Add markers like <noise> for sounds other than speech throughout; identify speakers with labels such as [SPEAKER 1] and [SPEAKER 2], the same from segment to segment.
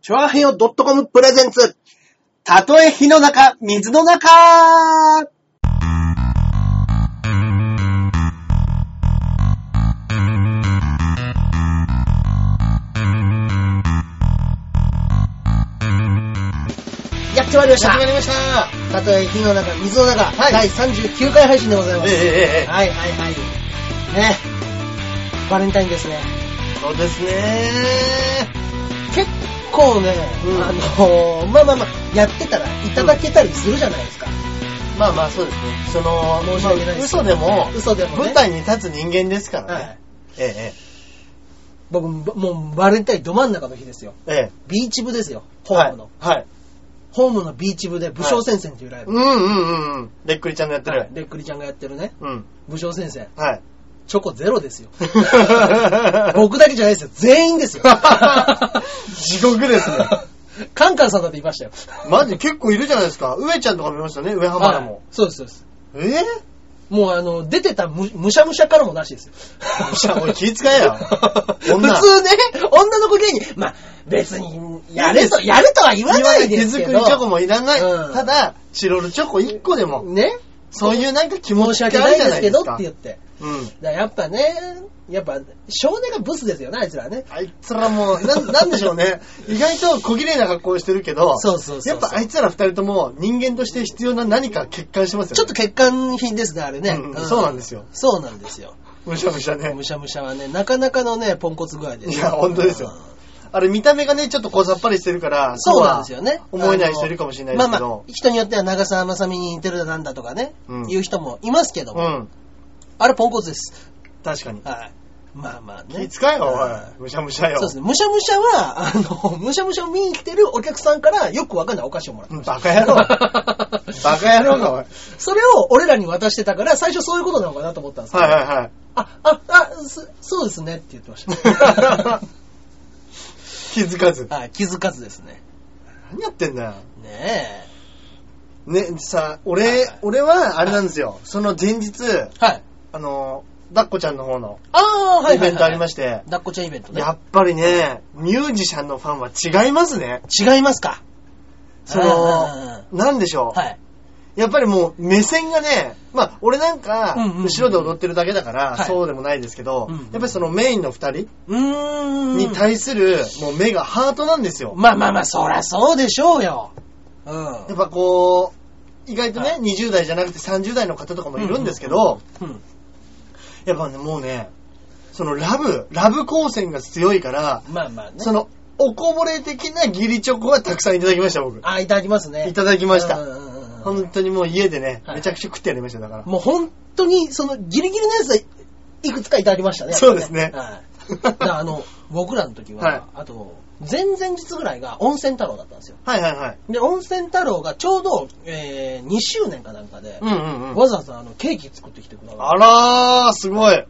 [SPEAKER 1] チョアヘヨドットコムプレゼンツ。
[SPEAKER 2] たとえ火の中、水の中
[SPEAKER 1] やってまいりま
[SPEAKER 2] 始
[SPEAKER 1] した
[SPEAKER 2] ま。りました
[SPEAKER 1] たとえ火の中、水の中、
[SPEAKER 2] はい
[SPEAKER 1] 第39回配信でござい
[SPEAKER 2] え
[SPEAKER 1] ま
[SPEAKER 2] え
[SPEAKER 1] す。
[SPEAKER 2] ええええ。
[SPEAKER 1] はいはいはい。ね。バレンタインですね。
[SPEAKER 2] そうですね
[SPEAKER 1] 結構ね、
[SPEAKER 2] うん
[SPEAKER 1] あのー、まあまあまあ、やってたらいただけたりするじゃないですか。
[SPEAKER 2] まあまあそうですね。その、
[SPEAKER 1] 申し訳ない
[SPEAKER 2] まあ
[SPEAKER 1] です
[SPEAKER 2] 嘘でも、
[SPEAKER 1] 嘘でもね
[SPEAKER 2] 舞台に立つ人間ですから
[SPEAKER 1] は
[SPEAKER 2] ね。
[SPEAKER 1] い。
[SPEAKER 2] ええ
[SPEAKER 1] 僕、もうバレンタインど真ん中の日ですよ。
[SPEAKER 2] ええ。ええ。
[SPEAKER 1] ビーチ部ですよ。ホームの。
[SPEAKER 2] はい。はい。
[SPEAKER 1] ホームのビーチ部で武将戦線というライブ。
[SPEAKER 2] うんうんうんうん。でっくりちゃんのやって
[SPEAKER 1] はい
[SPEAKER 2] る。
[SPEAKER 1] で、クリちゃんがやってるね、
[SPEAKER 2] うん。
[SPEAKER 1] 武将戦線。
[SPEAKER 2] はい。
[SPEAKER 1] チョコゼロですよ。 <laughs> 僕だけじゃないですよ。全員ですよ。
[SPEAKER 2] 地獄ですね。 <laughs>
[SPEAKER 1] カンカンさんだっていましたよ。
[SPEAKER 2] マジ結構いるじゃないですか。上ちゃんとか見ましたね、上浜田
[SPEAKER 1] はい
[SPEAKER 2] も。
[SPEAKER 1] そうです、そうです。
[SPEAKER 2] えぇ
[SPEAKER 1] もうあの、出てたむ、むしゃむしゃからもなしですよ。
[SPEAKER 2] むしゃおい気遣
[SPEAKER 1] <laughs>
[SPEAKER 2] えよ女
[SPEAKER 1] 普通ね、女の子芸人、まあ、別に、やれと、やれとは言わないですけ
[SPEAKER 2] 手
[SPEAKER 1] ど。
[SPEAKER 2] 作りチョコもいらない。
[SPEAKER 1] うん
[SPEAKER 2] ただ、チロルチョコ1個でも、
[SPEAKER 1] ね、
[SPEAKER 2] そういうなんか気持
[SPEAKER 1] 申
[SPEAKER 2] ち
[SPEAKER 1] し
[SPEAKER 2] があ
[SPEAKER 1] 訳
[SPEAKER 2] る
[SPEAKER 1] ない
[SPEAKER 2] じゃな
[SPEAKER 1] です
[SPEAKER 2] いです
[SPEAKER 1] けどっ
[SPEAKER 2] か。
[SPEAKER 1] て言って。
[SPEAKER 2] うん。
[SPEAKER 1] だからやっぱね、やっぱ、少年がブスですよね、あいつらね。
[SPEAKER 2] あいつらも
[SPEAKER 1] <laughs>
[SPEAKER 2] う、なん、なんでしょうね。意外と小綺麗な格好をしてるけど、
[SPEAKER 1] そうそうそうそ
[SPEAKER 2] やっ
[SPEAKER 1] う
[SPEAKER 2] ぱあいつら二人とも人間として必要な何か欠陥してますよね。
[SPEAKER 1] ちょっと欠陥品ですね、あれね、
[SPEAKER 2] うんそうなんですよ
[SPEAKER 1] そうなんですよ。
[SPEAKER 2] むしゃむしゃね。
[SPEAKER 1] むしゃむしゃはね、なかなかのね、ポンコツ具合です。
[SPEAKER 2] いや本当ですよあれ見た目がね、ちょっとこうさっぱりしてるから、
[SPEAKER 1] そうなんですよね。
[SPEAKER 2] そうは思えない人いるかもしれないですけ
[SPEAKER 1] あのまあまあ
[SPEAKER 2] ど、。
[SPEAKER 1] 人によっては長澤まさみに似てるだなんだとかね、
[SPEAKER 2] うん
[SPEAKER 1] いう人もいますけども、
[SPEAKER 2] うん。
[SPEAKER 1] あれポンコツです。
[SPEAKER 2] 確かに。
[SPEAKER 1] はい。まあまあね。
[SPEAKER 2] 気使えよ、
[SPEAKER 1] は
[SPEAKER 2] おい。むしゃむしゃ
[SPEAKER 1] い
[SPEAKER 2] よ。
[SPEAKER 1] そうですね。むしゃむしゃは、あの、 <laughs> むしゃむしゃを見に来てるお客さんからよくわかんないお菓子をもらってました。
[SPEAKER 2] バ
[SPEAKER 1] <laughs>
[SPEAKER 2] カ野郎。バカ野郎が、おい。
[SPEAKER 1] それを俺らに渡してたから、最初そういうことなのかなと思ったんですけど、
[SPEAKER 2] はいはい
[SPEAKER 1] <laughs>
[SPEAKER 2] はい。
[SPEAKER 1] あ、あ、あ、そそうですねって言ってま
[SPEAKER 2] <laughs>
[SPEAKER 1] した。
[SPEAKER 2] 気づかず。
[SPEAKER 1] はい、気づかずですね。
[SPEAKER 2] 何やってんだよ。
[SPEAKER 1] ね
[SPEAKER 2] ね、さ、
[SPEAKER 1] はい
[SPEAKER 2] 俺
[SPEAKER 1] はい、
[SPEAKER 2] 俺はあれなんですよ。その前日、
[SPEAKER 1] え。はい。
[SPEAKER 2] あの、だっこちゃんの方の
[SPEAKER 1] ああ、はいはい、はい。
[SPEAKER 2] イベントありまして、
[SPEAKER 1] だっこちゃんイベントね。
[SPEAKER 2] やっぱりね、ミュージシャンのファンは違いますね。
[SPEAKER 1] 違いますか
[SPEAKER 2] そ
[SPEAKER 1] うんうん
[SPEAKER 2] の
[SPEAKER 1] うん、
[SPEAKER 2] なんでしょ
[SPEAKER 1] はい。
[SPEAKER 2] う。やっぱりもう目線がね、まあ俺なんか
[SPEAKER 1] うんうんうん
[SPEAKER 2] 後ろで踊ってるだけだから
[SPEAKER 1] はい
[SPEAKER 2] そうでもないですけど
[SPEAKER 1] うんうん、
[SPEAKER 2] やっぱりそのメインの二人
[SPEAKER 1] うーん。
[SPEAKER 2] に対するもう目がハートなんですよ。
[SPEAKER 1] まあまあまあ、そらそうでしょうよ。うん。
[SPEAKER 2] やっぱこう、意外と
[SPEAKER 1] は
[SPEAKER 2] ね、
[SPEAKER 1] い
[SPEAKER 2] 20代じゃなくて30代の方とかもいるんですけど、
[SPEAKER 1] うん。
[SPEAKER 2] やっぱね、もうね、そのラブ、ラブ光線が強いから、
[SPEAKER 1] まあまあね。
[SPEAKER 2] その、おこぼれ的な義理チョコはたくさんいただきました、僕。
[SPEAKER 1] あ、いただきますね。
[SPEAKER 2] いただきました
[SPEAKER 1] うんうんうんうん
[SPEAKER 2] 本当にもう家でね、
[SPEAKER 1] はい
[SPEAKER 2] めちゃくちゃ食ってやりました、だから。
[SPEAKER 1] もう本当に、その、ギリギリのやつはいくつかいただきましたね。
[SPEAKER 2] そうですね
[SPEAKER 1] はい。だからあの、僕らの時は、
[SPEAKER 2] はい
[SPEAKER 1] あと、前々日ぐらいが温泉太郎だったんですよ。
[SPEAKER 2] <laughs> はいはいはい。
[SPEAKER 1] で、温泉太郎がちょうど、えー、2周年かなんかで、
[SPEAKER 2] うんうんうん。
[SPEAKER 1] わざわざあのケーキ作ってきてくださっ
[SPEAKER 2] あらー、すごい。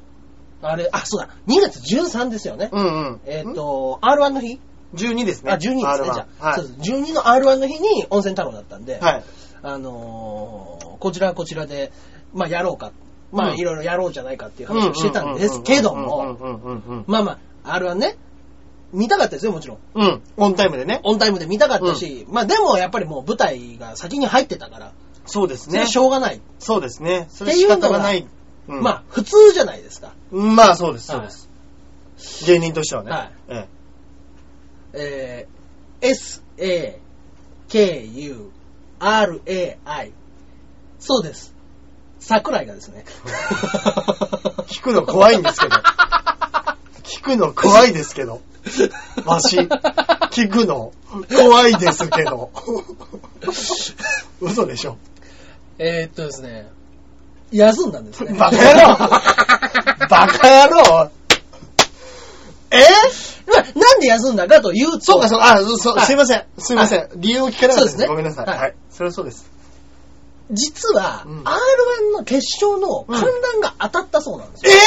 [SPEAKER 1] た。あれ、あ、そうだ、2月13ですよね。
[SPEAKER 2] うんうん。
[SPEAKER 1] えっ、と、R1 の日、
[SPEAKER 2] ん、12ですね。
[SPEAKER 1] あ、12ですね、じ
[SPEAKER 2] R1
[SPEAKER 1] ゃあ、
[SPEAKER 2] はい
[SPEAKER 1] そうです。12の R1 の日に温泉太郎だったんで、
[SPEAKER 2] はい。
[SPEAKER 1] あのーこちらはこちらで、まあ、やろうか、まあ、
[SPEAKER 2] うん
[SPEAKER 1] いろいろやろうじゃないかっていう話をしてたんですけども、
[SPEAKER 2] うんうんうんうん
[SPEAKER 1] まあまあ、R1 ね、見たかったですよ、もちろん。
[SPEAKER 2] うん。うん。オンタイムでね。
[SPEAKER 1] オンタイムで見たかったし、まあでもやっぱりもう舞台が先に入ってたから、
[SPEAKER 2] そうです
[SPEAKER 1] それ
[SPEAKER 2] ね
[SPEAKER 1] は。しょうがない。
[SPEAKER 2] そうですね。そ
[SPEAKER 1] っ
[SPEAKER 2] れ
[SPEAKER 1] てい
[SPEAKER 2] 仕
[SPEAKER 1] うのが
[SPEAKER 2] 方がない。うん
[SPEAKER 1] まあ、普通じゃないですか。
[SPEAKER 2] まあそうです、そう
[SPEAKER 1] はい
[SPEAKER 2] です。芸人としてはね。
[SPEAKER 1] はい
[SPEAKER 2] え
[SPEAKER 1] えー S, A, K, U, R, A, I。そうです。桜井がですね。
[SPEAKER 2] え <laughs> 聞くの怖いん
[SPEAKER 1] <laughs>
[SPEAKER 2] ですけど。聞くの怖いですけど。
[SPEAKER 1] <laughs>
[SPEAKER 2] わし、聞くの怖いですけど。嘘でしょ。
[SPEAKER 1] <laughs> えーっとですね、休んだんですね。
[SPEAKER 2] バカ野郎
[SPEAKER 1] <laughs>
[SPEAKER 2] バカ野郎え
[SPEAKER 1] まあなんで休んだかというと、
[SPEAKER 2] そうか、そうか、あ、そうそう、
[SPEAKER 1] はい
[SPEAKER 2] すいません。すいません。理由を聞かなかったです
[SPEAKER 1] そうですね
[SPEAKER 2] ごめんなさい。
[SPEAKER 1] はい
[SPEAKER 2] はい。それはそうです。
[SPEAKER 1] 実は、
[SPEAKER 2] うん
[SPEAKER 1] R1 の決勝の観覧が当たったそうなんです
[SPEAKER 2] え
[SPEAKER 1] よ。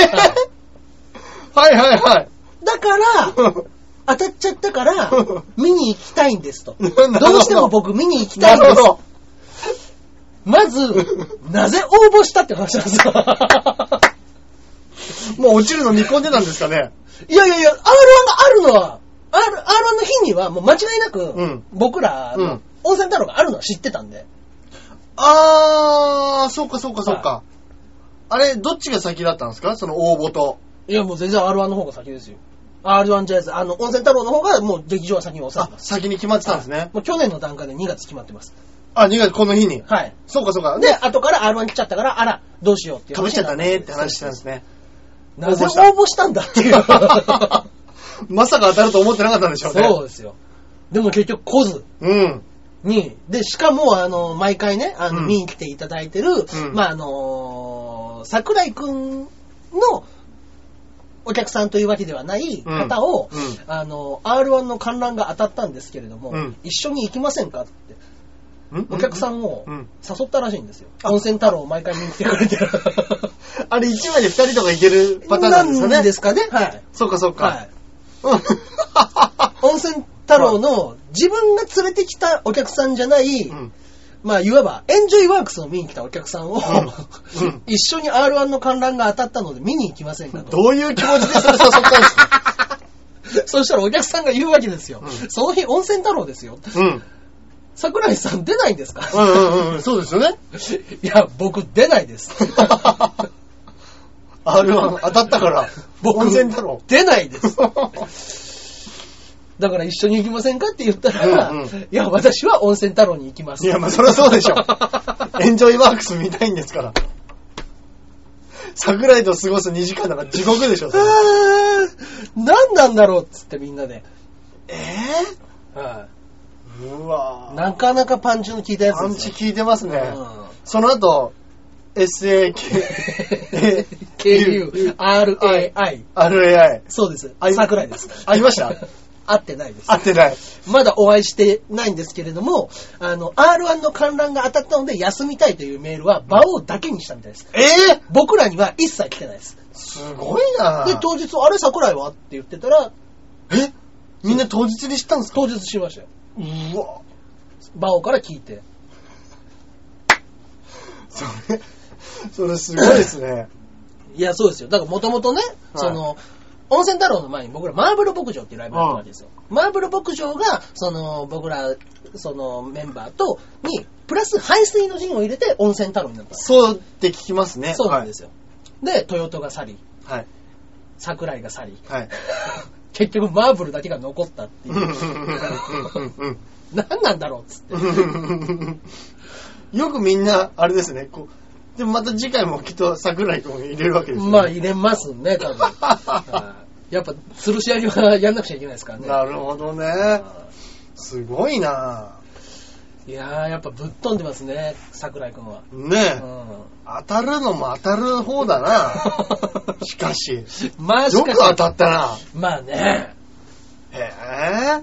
[SPEAKER 2] えはいはい
[SPEAKER 1] <laughs>
[SPEAKER 2] はい。
[SPEAKER 1] だから、当たっちゃったから
[SPEAKER 2] うん、
[SPEAKER 1] 見に行きたいんですと。
[SPEAKER 2] な
[SPEAKER 1] ど
[SPEAKER 2] るほど
[SPEAKER 1] うしても僕見に行き
[SPEAKER 2] な
[SPEAKER 1] た
[SPEAKER 2] い
[SPEAKER 1] んで
[SPEAKER 2] るほ
[SPEAKER 1] す。
[SPEAKER 2] ど。
[SPEAKER 1] まず、なぜ応募したって話なんですよ。
[SPEAKER 2] もう落ちるの見込んでたんですかね。
[SPEAKER 1] いやいやいや、R1 があるのは、R- R1 の日にはもう間違いな
[SPEAKER 2] う
[SPEAKER 1] く
[SPEAKER 2] ん、
[SPEAKER 1] 僕ら
[SPEAKER 2] う
[SPEAKER 1] の
[SPEAKER 2] ん
[SPEAKER 1] 温泉太郎があるのは知ってたんで。
[SPEAKER 2] あー、そうかそうかそうか。
[SPEAKER 1] は
[SPEAKER 2] あれ、どっちが先だったんですかその応募と。
[SPEAKER 1] いや、もう全然 R1 の方が先ですよ。R1 ジャイズ、あの、温泉太郎の方がもう劇場は先に収ま
[SPEAKER 2] あ
[SPEAKER 1] り、ます。
[SPEAKER 2] 先に決まってたんですね。
[SPEAKER 1] もう去年の段階で2月決まってます。
[SPEAKER 2] あ、2月この日に。
[SPEAKER 1] はい。
[SPEAKER 2] そうかそうか。
[SPEAKER 1] で、
[SPEAKER 2] で、
[SPEAKER 1] 後から R1 来ちゃったから、あら、どうしようっていう
[SPEAKER 2] 被
[SPEAKER 1] 話
[SPEAKER 2] っちゃったねっ
[SPEAKER 1] に
[SPEAKER 2] て
[SPEAKER 1] な
[SPEAKER 2] 話してたんですね。
[SPEAKER 1] なぜ
[SPEAKER 2] 応募
[SPEAKER 1] 応
[SPEAKER 2] した
[SPEAKER 1] 募したんだっていう。
[SPEAKER 2] まさか当たると思ってなかったんでしょうね。
[SPEAKER 1] そうですよ。でも結局来ず
[SPEAKER 2] うん。
[SPEAKER 1] に、で、しかも、あの、毎回ね、あの、
[SPEAKER 2] うん
[SPEAKER 1] 見に来ていただいてる、
[SPEAKER 2] ん
[SPEAKER 1] まあ、あのー桜井くんのお客さんというわけではない方を、
[SPEAKER 2] うんうん
[SPEAKER 1] あの、R1 の観覧が当たったんですけれども、
[SPEAKER 2] うん
[SPEAKER 1] 一緒に行きませんかって、
[SPEAKER 2] うん。
[SPEAKER 1] お客さんを
[SPEAKER 2] うん
[SPEAKER 1] 誘ったらしいんですよ。温泉太郎を毎回見に来てくれてる。
[SPEAKER 2] あれ1枚で2人とかいける <laughs> パターンなんですよね。
[SPEAKER 1] なんですかねはい。
[SPEAKER 2] そうかそうか。
[SPEAKER 1] はい。
[SPEAKER 2] うん
[SPEAKER 1] 温泉太郎の自分が連れてきたお客さんじゃない、
[SPEAKER 2] うん
[SPEAKER 1] まあ、いわば、エンジョイワークスを見に来たお客さんを、
[SPEAKER 2] うん
[SPEAKER 1] <laughs> 一緒に R1 の観覧が当たったので見に行きませんかと。
[SPEAKER 2] どういう気持ちでそれ誘ったんですか
[SPEAKER 1] そしたらお客さんが言うわけですよ。
[SPEAKER 2] うん
[SPEAKER 1] その日、温泉太郎ですよ。
[SPEAKER 2] うん。
[SPEAKER 1] 桜井さん出ないんですか、
[SPEAKER 2] うんうんうん。そうですよね。
[SPEAKER 1] いや、僕出ない
[SPEAKER 2] <laughs>
[SPEAKER 1] です。
[SPEAKER 2] R1 当たったから、温泉だろ。
[SPEAKER 1] 出ないです。
[SPEAKER 2] <laughs>
[SPEAKER 1] だから一緒に行きませんかって言ったら、
[SPEAKER 2] うんうん
[SPEAKER 1] いや、私は温泉太郎に行きます。
[SPEAKER 2] いや、まあそりゃそうでし
[SPEAKER 1] <laughs>
[SPEAKER 2] ょ。エンジョイワークス見たいんですから。桜井と過ごす2時間なんか地獄でしょ。それ
[SPEAKER 1] あー何なんだろうっつってみんなで。
[SPEAKER 2] え
[SPEAKER 1] は
[SPEAKER 2] ぇ、う
[SPEAKER 1] い
[SPEAKER 2] わぁ。
[SPEAKER 1] なかなかパンチの効いたやつ
[SPEAKER 2] パン
[SPEAKER 1] です
[SPEAKER 2] チ
[SPEAKER 1] よ。
[SPEAKER 2] 効いてますね。
[SPEAKER 1] うん
[SPEAKER 2] その後、SAK、
[SPEAKER 1] KURAI。
[SPEAKER 2] RAI。
[SPEAKER 1] そうです
[SPEAKER 2] あ。い
[SPEAKER 1] 桜井です。
[SPEAKER 2] ありました
[SPEAKER 1] 会ってないです
[SPEAKER 2] 合。ってない。
[SPEAKER 1] まだお会いしてないんですけれども、あの、R1 の観覧が当たったので休みたいというメールは、馬王だけにしたみたいです。
[SPEAKER 2] えぇ、
[SPEAKER 1] 僕らには一切来てないです。
[SPEAKER 2] すごいな
[SPEAKER 1] で、当日、あれ桜井はって言ってたら、
[SPEAKER 2] えみんな当日に知ったんですか
[SPEAKER 1] 当日知りましたよ。
[SPEAKER 2] うわ
[SPEAKER 1] 馬王から聞いて。
[SPEAKER 2] それ、それすごいですね。
[SPEAKER 1] いや、そうですよ。だから、もともとね、その、温泉太郎の前に僕らマーブル牧場っていうライブやったわけですよ。マーブル牧場が、その、僕ら、その、メンバーと、に、プラス排水の陣を入れて温泉太郎になったんです。
[SPEAKER 2] そうって聞きますね。
[SPEAKER 1] そうなんですよ。で、豊戸が去り、
[SPEAKER 2] はい。
[SPEAKER 1] 桜井が去り、
[SPEAKER 2] はい。
[SPEAKER 1] <laughs> 結局マーブルだけが残ったってい
[SPEAKER 2] うんうん
[SPEAKER 1] う。
[SPEAKER 2] うんうん
[SPEAKER 1] 何なんだろうっつって。
[SPEAKER 2] うんよくみんな、あれですね、こう、でもまた次回もきっと桜井君を入れるわけですよ、ね。
[SPEAKER 1] まあ、入れますね、
[SPEAKER 2] <laughs>
[SPEAKER 1] 多分。はいやっぱ、吊るし上げはやんなくちゃいけないですからね。
[SPEAKER 2] なるほどね。すごいなぁ
[SPEAKER 1] いやー、やっぱぶっ飛んでますね、桜井くんは。
[SPEAKER 2] ね
[SPEAKER 1] う
[SPEAKER 2] え、 <laughs>
[SPEAKER 1] ん。
[SPEAKER 2] 当たるのも当たる方だなしかし、よ
[SPEAKER 1] まあ、しか
[SPEAKER 2] く
[SPEAKER 1] し
[SPEAKER 2] 当たったな
[SPEAKER 1] まあね。
[SPEAKER 2] へ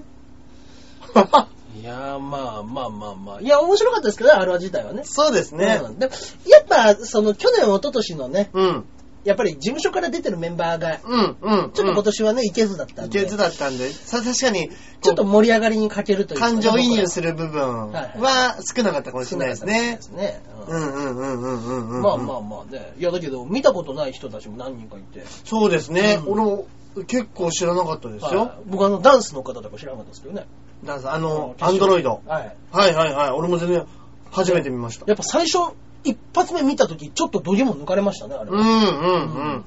[SPEAKER 2] え。
[SPEAKER 1] <laughs> いやー、まあまあまあまあ。いや、面白かったですけどね、R1 自体はね。
[SPEAKER 2] そうですね。
[SPEAKER 1] うんでもやっぱ、その、去年、一昨年のね、
[SPEAKER 2] うん、
[SPEAKER 1] やっぱり事務所から出てるメンバーが、ちょ
[SPEAKER 2] うん、うん。
[SPEAKER 1] っと今年はね、いけずだった
[SPEAKER 2] い
[SPEAKER 1] んで、
[SPEAKER 2] けずだったんで、さ確かに、こう
[SPEAKER 1] ちょっと盛り上がりに欠けるというか
[SPEAKER 2] 感情移入する部分
[SPEAKER 1] はい
[SPEAKER 2] は少なかったかもしれないですね
[SPEAKER 1] 少。なかったかもしれ
[SPEAKER 2] う
[SPEAKER 1] ない
[SPEAKER 2] んうん
[SPEAKER 1] ですね
[SPEAKER 2] うんうんうん
[SPEAKER 1] う
[SPEAKER 2] うん。
[SPEAKER 1] んまあまあまあね。いや、だけど、見たことない人たちも何人かいて。
[SPEAKER 2] そうですね。
[SPEAKER 1] うん
[SPEAKER 2] 俺も結構知らなかったです
[SPEAKER 1] は
[SPEAKER 2] よ。
[SPEAKER 1] い僕、あの、ダンスの方とか知らなかったですけどね。
[SPEAKER 2] ダンスあの、
[SPEAKER 1] 決
[SPEAKER 2] ア
[SPEAKER 1] 勝
[SPEAKER 2] ンドロイド。
[SPEAKER 1] はい。
[SPEAKER 2] はいはいはい。俺も全然初めて見ました。
[SPEAKER 1] やっぱ最初、一発目見たとき、ちょっと度肝抜かれましたね、あれ
[SPEAKER 2] う
[SPEAKER 1] は。
[SPEAKER 2] んうん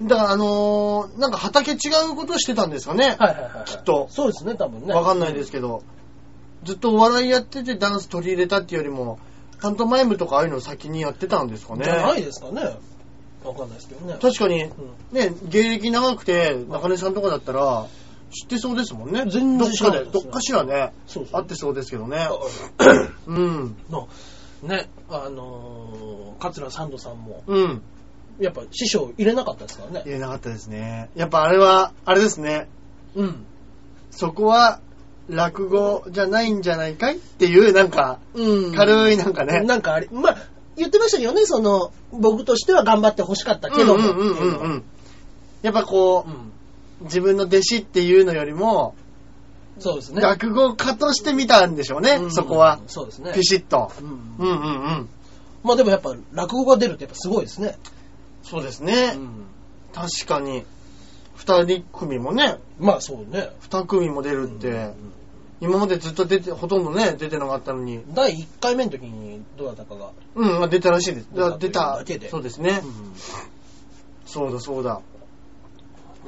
[SPEAKER 2] うん。だからあのー、なんか畑違うことしてたんですかね。
[SPEAKER 1] はいはいはいはい。
[SPEAKER 2] きっと
[SPEAKER 1] そうですね、多分ね。
[SPEAKER 2] わかんないですけど。ずっとお笑いやっててダンス取り入れたっていうよりも、パントマイムとかああいうの先にやってたんですかね。
[SPEAKER 1] じゃないですかね。わかんないですけどね。
[SPEAKER 2] 確かに、
[SPEAKER 1] ん
[SPEAKER 2] ね、芸歴長くて、中根さんとかだったら、知ってそうですもんね。
[SPEAKER 1] 全
[SPEAKER 2] ど
[SPEAKER 1] 然
[SPEAKER 2] っ
[SPEAKER 1] 知
[SPEAKER 2] から
[SPEAKER 1] ない
[SPEAKER 2] で、どっかしらね、
[SPEAKER 1] そうそう
[SPEAKER 2] あってそうですけど
[SPEAKER 1] <laughs>
[SPEAKER 2] ね。うん。
[SPEAKER 1] の、ね、あのー、桂三度さんも、
[SPEAKER 2] うん。
[SPEAKER 1] やっぱ師匠入れなかったですからね。
[SPEAKER 2] 言えなかったですね。やっぱあれは、あれですね。
[SPEAKER 1] うん。
[SPEAKER 2] そこは、落語じゃないんじゃないかいっていう、なんか、
[SPEAKER 1] うん。
[SPEAKER 2] 軽いなんかね。
[SPEAKER 1] なんかあれ、まあ、言ってましたよね、その、僕としては頑張ってほしかったけど
[SPEAKER 2] うん
[SPEAKER 1] も。
[SPEAKER 2] うんうんうんう
[SPEAKER 1] うん
[SPEAKER 2] ん。やっぱこう、自分の弟子っていうのよりも、
[SPEAKER 1] そうですね。
[SPEAKER 2] 落語家として見たんでしょうね、
[SPEAKER 1] うん
[SPEAKER 2] そこは。
[SPEAKER 1] そうですね。
[SPEAKER 2] ピシッと。
[SPEAKER 1] うん
[SPEAKER 2] うんうんうん。
[SPEAKER 1] まあでもやっぱ落語が出るってやっぱすごいですね。
[SPEAKER 2] そうですね。
[SPEAKER 1] うん
[SPEAKER 2] 確かに。二人組もね、
[SPEAKER 1] まあそうね。
[SPEAKER 2] 二組も出るって、今までずっと出て、ほとんどね、出てなかったのに、
[SPEAKER 1] 第1回目の時にどなたかが。
[SPEAKER 2] うん、まあ出たらしいです。だ
[SPEAKER 1] 出
[SPEAKER 2] 出
[SPEAKER 1] た
[SPEAKER 2] た
[SPEAKER 1] だけで
[SPEAKER 2] そうですね。
[SPEAKER 1] うん
[SPEAKER 2] そうだそうだ。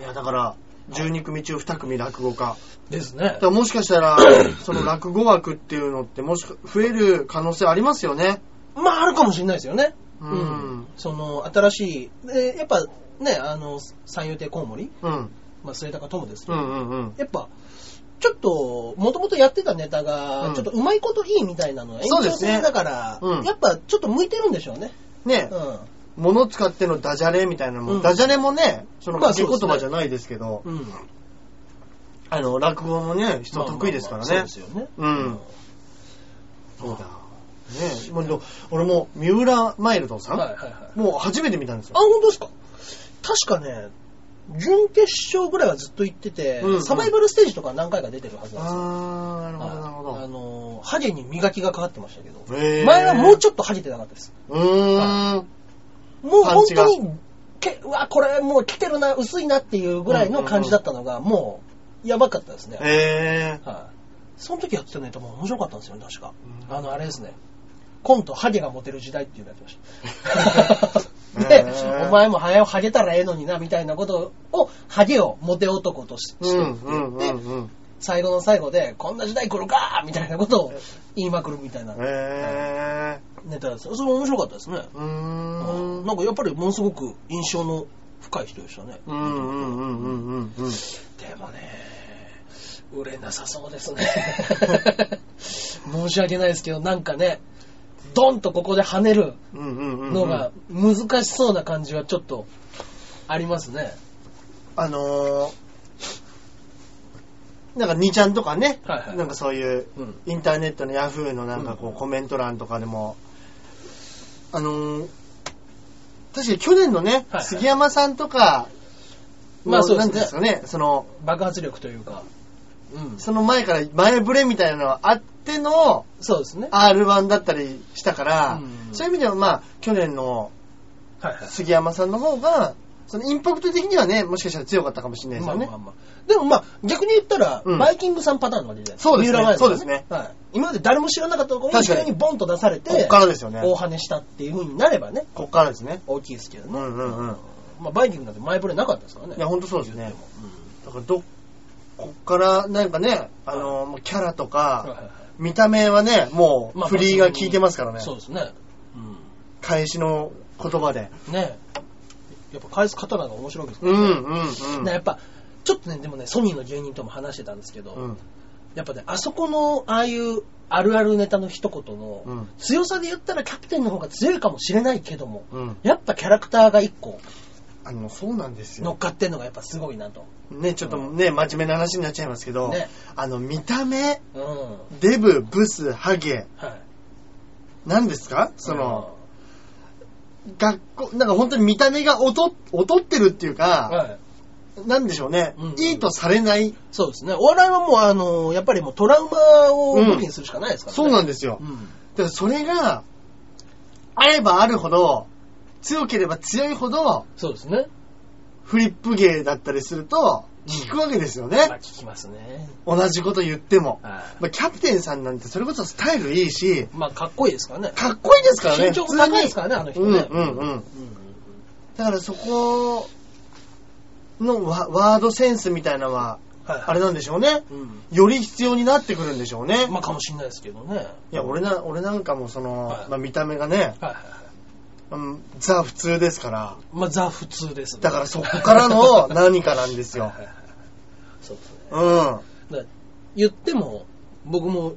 [SPEAKER 2] いや、だから、12組中2組落語家。
[SPEAKER 1] ですね
[SPEAKER 2] だか。らもしかした
[SPEAKER 1] <coughs>
[SPEAKER 2] ら、その落語枠っていうのって、もしか、増える可能性ありますよね。
[SPEAKER 1] まああるかもしれないですよね。
[SPEAKER 2] う。
[SPEAKER 1] うんその、新しい、でやっぱね、あの、三遊亭コウモリ、
[SPEAKER 2] うん。
[SPEAKER 1] まあ末高友ですけ
[SPEAKER 2] う
[SPEAKER 1] ど、
[SPEAKER 2] んうんうん。
[SPEAKER 1] やっぱ、ちょっと、もともとやってたネタが
[SPEAKER 2] う、ん
[SPEAKER 1] ちょっとうまいこといいみたいなのは延
[SPEAKER 2] そう
[SPEAKER 1] 長
[SPEAKER 2] ですね
[SPEAKER 1] 戦だから、
[SPEAKER 2] うん
[SPEAKER 1] やっぱちょっと向いてるんでしょうね。
[SPEAKER 2] ね
[SPEAKER 1] う、ん。
[SPEAKER 2] 物使ってのダジャレみたいなのも、
[SPEAKER 1] うん
[SPEAKER 2] ダジャレもね、その
[SPEAKER 1] まあ
[SPEAKER 2] 掛け言葉じゃないですけど、
[SPEAKER 1] うん。
[SPEAKER 2] あの、落語もね、人得意ですからね。
[SPEAKER 1] まあまあまあそうですよね。
[SPEAKER 2] うんそう
[SPEAKER 1] まあ
[SPEAKER 2] だ。ねもうど俺も、三浦マイルドさん、
[SPEAKER 1] はいはいはい。
[SPEAKER 2] もう初めて見たんです
[SPEAKER 1] あ、
[SPEAKER 2] よ。
[SPEAKER 1] 本当ですか確かね、準決勝ぐらいはずっと行ってて、
[SPEAKER 2] うんうん
[SPEAKER 1] サバイバルステージとか何回か出てるはずなんですよ。
[SPEAKER 2] あー、なるほどなるほ
[SPEAKER 1] はいあ
[SPEAKER 2] ど。
[SPEAKER 1] のー、ハゲに磨きがかかってましたけど、
[SPEAKER 2] へー
[SPEAKER 1] 前はもうちょっとハゲてなかったです。
[SPEAKER 2] うーん。
[SPEAKER 1] もう
[SPEAKER 2] パン
[SPEAKER 1] 本
[SPEAKER 2] チが
[SPEAKER 1] 当に、けうわ、これもう来てるな、薄いなっていうぐらいの感じだったのが、もう、やばかったですね。
[SPEAKER 2] へー。
[SPEAKER 1] はい。その時やってたネタも面白かったんですよね、確か。
[SPEAKER 2] うん
[SPEAKER 1] あの、あれですね。コント、ハゲがモテる時代っていうのやってました。
[SPEAKER 2] <laughs> へ
[SPEAKER 1] で
[SPEAKER 2] ー、
[SPEAKER 1] お前も早よハゲたらええのにな、みたいなことを、ハゲをモテ男としして
[SPEAKER 2] うん
[SPEAKER 1] 言って、
[SPEAKER 2] うんうんうん。
[SPEAKER 1] 最後の最後で、こんな時代来るかみたいなことを言いまくるみたいな
[SPEAKER 2] へ
[SPEAKER 1] ネタです。それも面白かったですね。
[SPEAKER 2] ー。うーん。
[SPEAKER 1] なんかやっぱりものすごく印象の深い人でしたね。
[SPEAKER 2] うんうんうんうんうんうん。
[SPEAKER 1] でもね、売れなさそうですね。 <laughs> 申し訳ないですけど、なんかね、ドンとここで跳ねる
[SPEAKER 2] うんうんうんうん
[SPEAKER 1] のが難しそうな感じはちょっとありますね。
[SPEAKER 2] あのー、なんか2ちゃんとかね、
[SPEAKER 1] はいはい
[SPEAKER 2] なんかそういう
[SPEAKER 1] うん。
[SPEAKER 2] インターネットのヤフーのなんかこうコメント欄とかでも、あのー、確か去年のね、
[SPEAKER 1] はいはい
[SPEAKER 2] 杉山さんとか、
[SPEAKER 1] まあそうですね
[SPEAKER 2] なんですかね、その、
[SPEAKER 1] 爆発力というか。うん。
[SPEAKER 2] その前から前触れみたいなのがあっての
[SPEAKER 1] そうですね。
[SPEAKER 2] R1 だったりしたから、
[SPEAKER 1] うん
[SPEAKER 2] そういう意味ではまあ、去年の
[SPEAKER 1] はいはい。
[SPEAKER 2] 杉山さんの方が、そのインパクト的にはね、もしかしたら強かったかもしれないです
[SPEAKER 1] まあ
[SPEAKER 2] よ
[SPEAKER 1] ま
[SPEAKER 2] ね。
[SPEAKER 1] あまあ。でもまあ、逆に言ったら、
[SPEAKER 2] うん
[SPEAKER 1] バイキングさんパターンのわけじゃない
[SPEAKER 2] そうですね
[SPEAKER 1] 三浦マイルドさん
[SPEAKER 2] そうです
[SPEAKER 1] はい。今まで誰も知らなかったところに、
[SPEAKER 2] 確
[SPEAKER 1] 急
[SPEAKER 2] かに
[SPEAKER 1] にボンと出されて、
[SPEAKER 2] こっからですよね。
[SPEAKER 1] 大跳ねしたっていう風になればね、
[SPEAKER 2] こっからですね。
[SPEAKER 1] 大きいですけど
[SPEAKER 2] う
[SPEAKER 1] ね。
[SPEAKER 2] んうんうん。
[SPEAKER 1] まあ、バイキングなんて前触れなかったですからね。
[SPEAKER 2] いや、ほんとそうです
[SPEAKER 1] で
[SPEAKER 2] ね
[SPEAKER 1] も。
[SPEAKER 2] だから、ど、こっから、なんかね、あの、もうキャラと
[SPEAKER 1] はいはい
[SPEAKER 2] か、
[SPEAKER 1] はい
[SPEAKER 2] 見た目はね、もう、
[SPEAKER 1] まあ
[SPEAKER 2] フリーが効いてますからね。
[SPEAKER 1] そうですね。
[SPEAKER 2] 返しの言葉で。
[SPEAKER 1] うん。ねやっぱ返す刀が面白いですか
[SPEAKER 2] う
[SPEAKER 1] ら
[SPEAKER 2] ん
[SPEAKER 1] ね。
[SPEAKER 2] うんうん。
[SPEAKER 1] ねやっぱ、ちょっとね、でもね、ソニーの芸人とも話してたんですけど、
[SPEAKER 2] うん。
[SPEAKER 1] やっぱね、あそこの、ああいう、あるあるネタの一言
[SPEAKER 2] う
[SPEAKER 1] の
[SPEAKER 2] ん、
[SPEAKER 1] 強さで言ったらキャプテンの方が強いかもしれないけども、
[SPEAKER 2] うん。
[SPEAKER 1] やっぱキャラクターが一個
[SPEAKER 2] あの、そうなんです
[SPEAKER 1] 乗っ
[SPEAKER 2] よ。
[SPEAKER 1] かってんのがやっぱすごいなと。
[SPEAKER 2] ね、ちょっとね、真面目な話になっちゃいますけど
[SPEAKER 1] ね、
[SPEAKER 2] あの、見た目、
[SPEAKER 1] うん。は
[SPEAKER 2] デブ、ブス、ハゲ、
[SPEAKER 1] い。
[SPEAKER 2] 何ですかその、学校、なんか本当に見た目が劣劣ってるっていう
[SPEAKER 1] うん、
[SPEAKER 2] か、
[SPEAKER 1] はい。
[SPEAKER 2] なんでしょうね
[SPEAKER 1] うんうん。
[SPEAKER 2] いいとされない。
[SPEAKER 1] そうですね。お笑いはもう、あの、やっぱりもうトラウマを武器にするしかないですからね。
[SPEAKER 2] そうなん
[SPEAKER 1] で
[SPEAKER 2] ですよ。
[SPEAKER 1] うん。
[SPEAKER 2] だからそれが、あればあるほど、強ければ強いほど、
[SPEAKER 1] そうですね。
[SPEAKER 2] フリップ芸だったりすると、聞くわけですよ
[SPEAKER 1] まあ
[SPEAKER 2] ね。
[SPEAKER 1] 聞きますね。
[SPEAKER 2] 同じこと言っても。
[SPEAKER 1] はい
[SPEAKER 2] まあキャプテンさんなんてそれこそスタイルいいし、
[SPEAKER 1] まあ、かっこいいですからね。
[SPEAKER 2] かっこいいですからね。
[SPEAKER 1] 身長も高いですからね、あ
[SPEAKER 2] 普
[SPEAKER 1] の人
[SPEAKER 2] 通に
[SPEAKER 1] ね。
[SPEAKER 2] うんうんうん。
[SPEAKER 1] うん
[SPEAKER 2] だからそこのワワードセンスみたいなのは、
[SPEAKER 1] はい。
[SPEAKER 2] あれなんでしょうね。
[SPEAKER 1] うん。
[SPEAKER 2] より必要になってくるんでしょうね。
[SPEAKER 1] まあ、かもしれないですけどね。
[SPEAKER 2] いや、俺な、俺なんかもその、
[SPEAKER 1] はい
[SPEAKER 2] まあ見た目がね、
[SPEAKER 1] はいはいはい。
[SPEAKER 2] うんザ普通ですから。
[SPEAKER 1] まあ、ザ普通ですね。
[SPEAKER 2] だからそこから
[SPEAKER 1] <laughs>
[SPEAKER 2] の何かなんですよ
[SPEAKER 1] はい。はいはいそうですね。
[SPEAKER 2] うん。
[SPEAKER 1] だから言っても、僕も、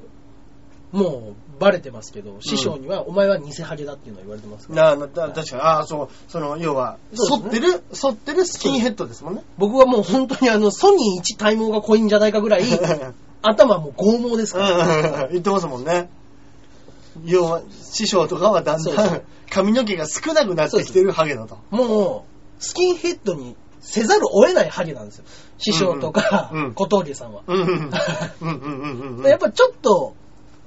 [SPEAKER 1] もう、バレてますけど、師匠には、お前は偽ハゲだっていうのは言われてますから。
[SPEAKER 2] ななだ確かに、ああ、そう、その、要は、
[SPEAKER 1] そ
[SPEAKER 2] 反
[SPEAKER 1] うで
[SPEAKER 2] って
[SPEAKER 1] すね
[SPEAKER 2] る、反ってるスキンヘッドですもんね。
[SPEAKER 1] 僕はもう本当にあの、ソニー一体毛が濃いんじゃないか
[SPEAKER 2] <laughs>
[SPEAKER 1] ぐらい、頭はもう剛毛です
[SPEAKER 2] う
[SPEAKER 1] か
[SPEAKER 2] ん
[SPEAKER 1] ら。
[SPEAKER 2] 言ってますもんね。要は、師匠とかはだん
[SPEAKER 1] そう
[SPEAKER 2] だ
[SPEAKER 1] そうん
[SPEAKER 2] 髪の毛が少なくなってきてるハゲだと。
[SPEAKER 1] もう、スキンヘッドにせざるを得ないハゲなんですよ。師匠とか
[SPEAKER 2] うんう、ん
[SPEAKER 1] 小峠さんは。
[SPEAKER 2] うんうんうんうんうんうんうん。
[SPEAKER 1] <laughs> やっぱちょっと、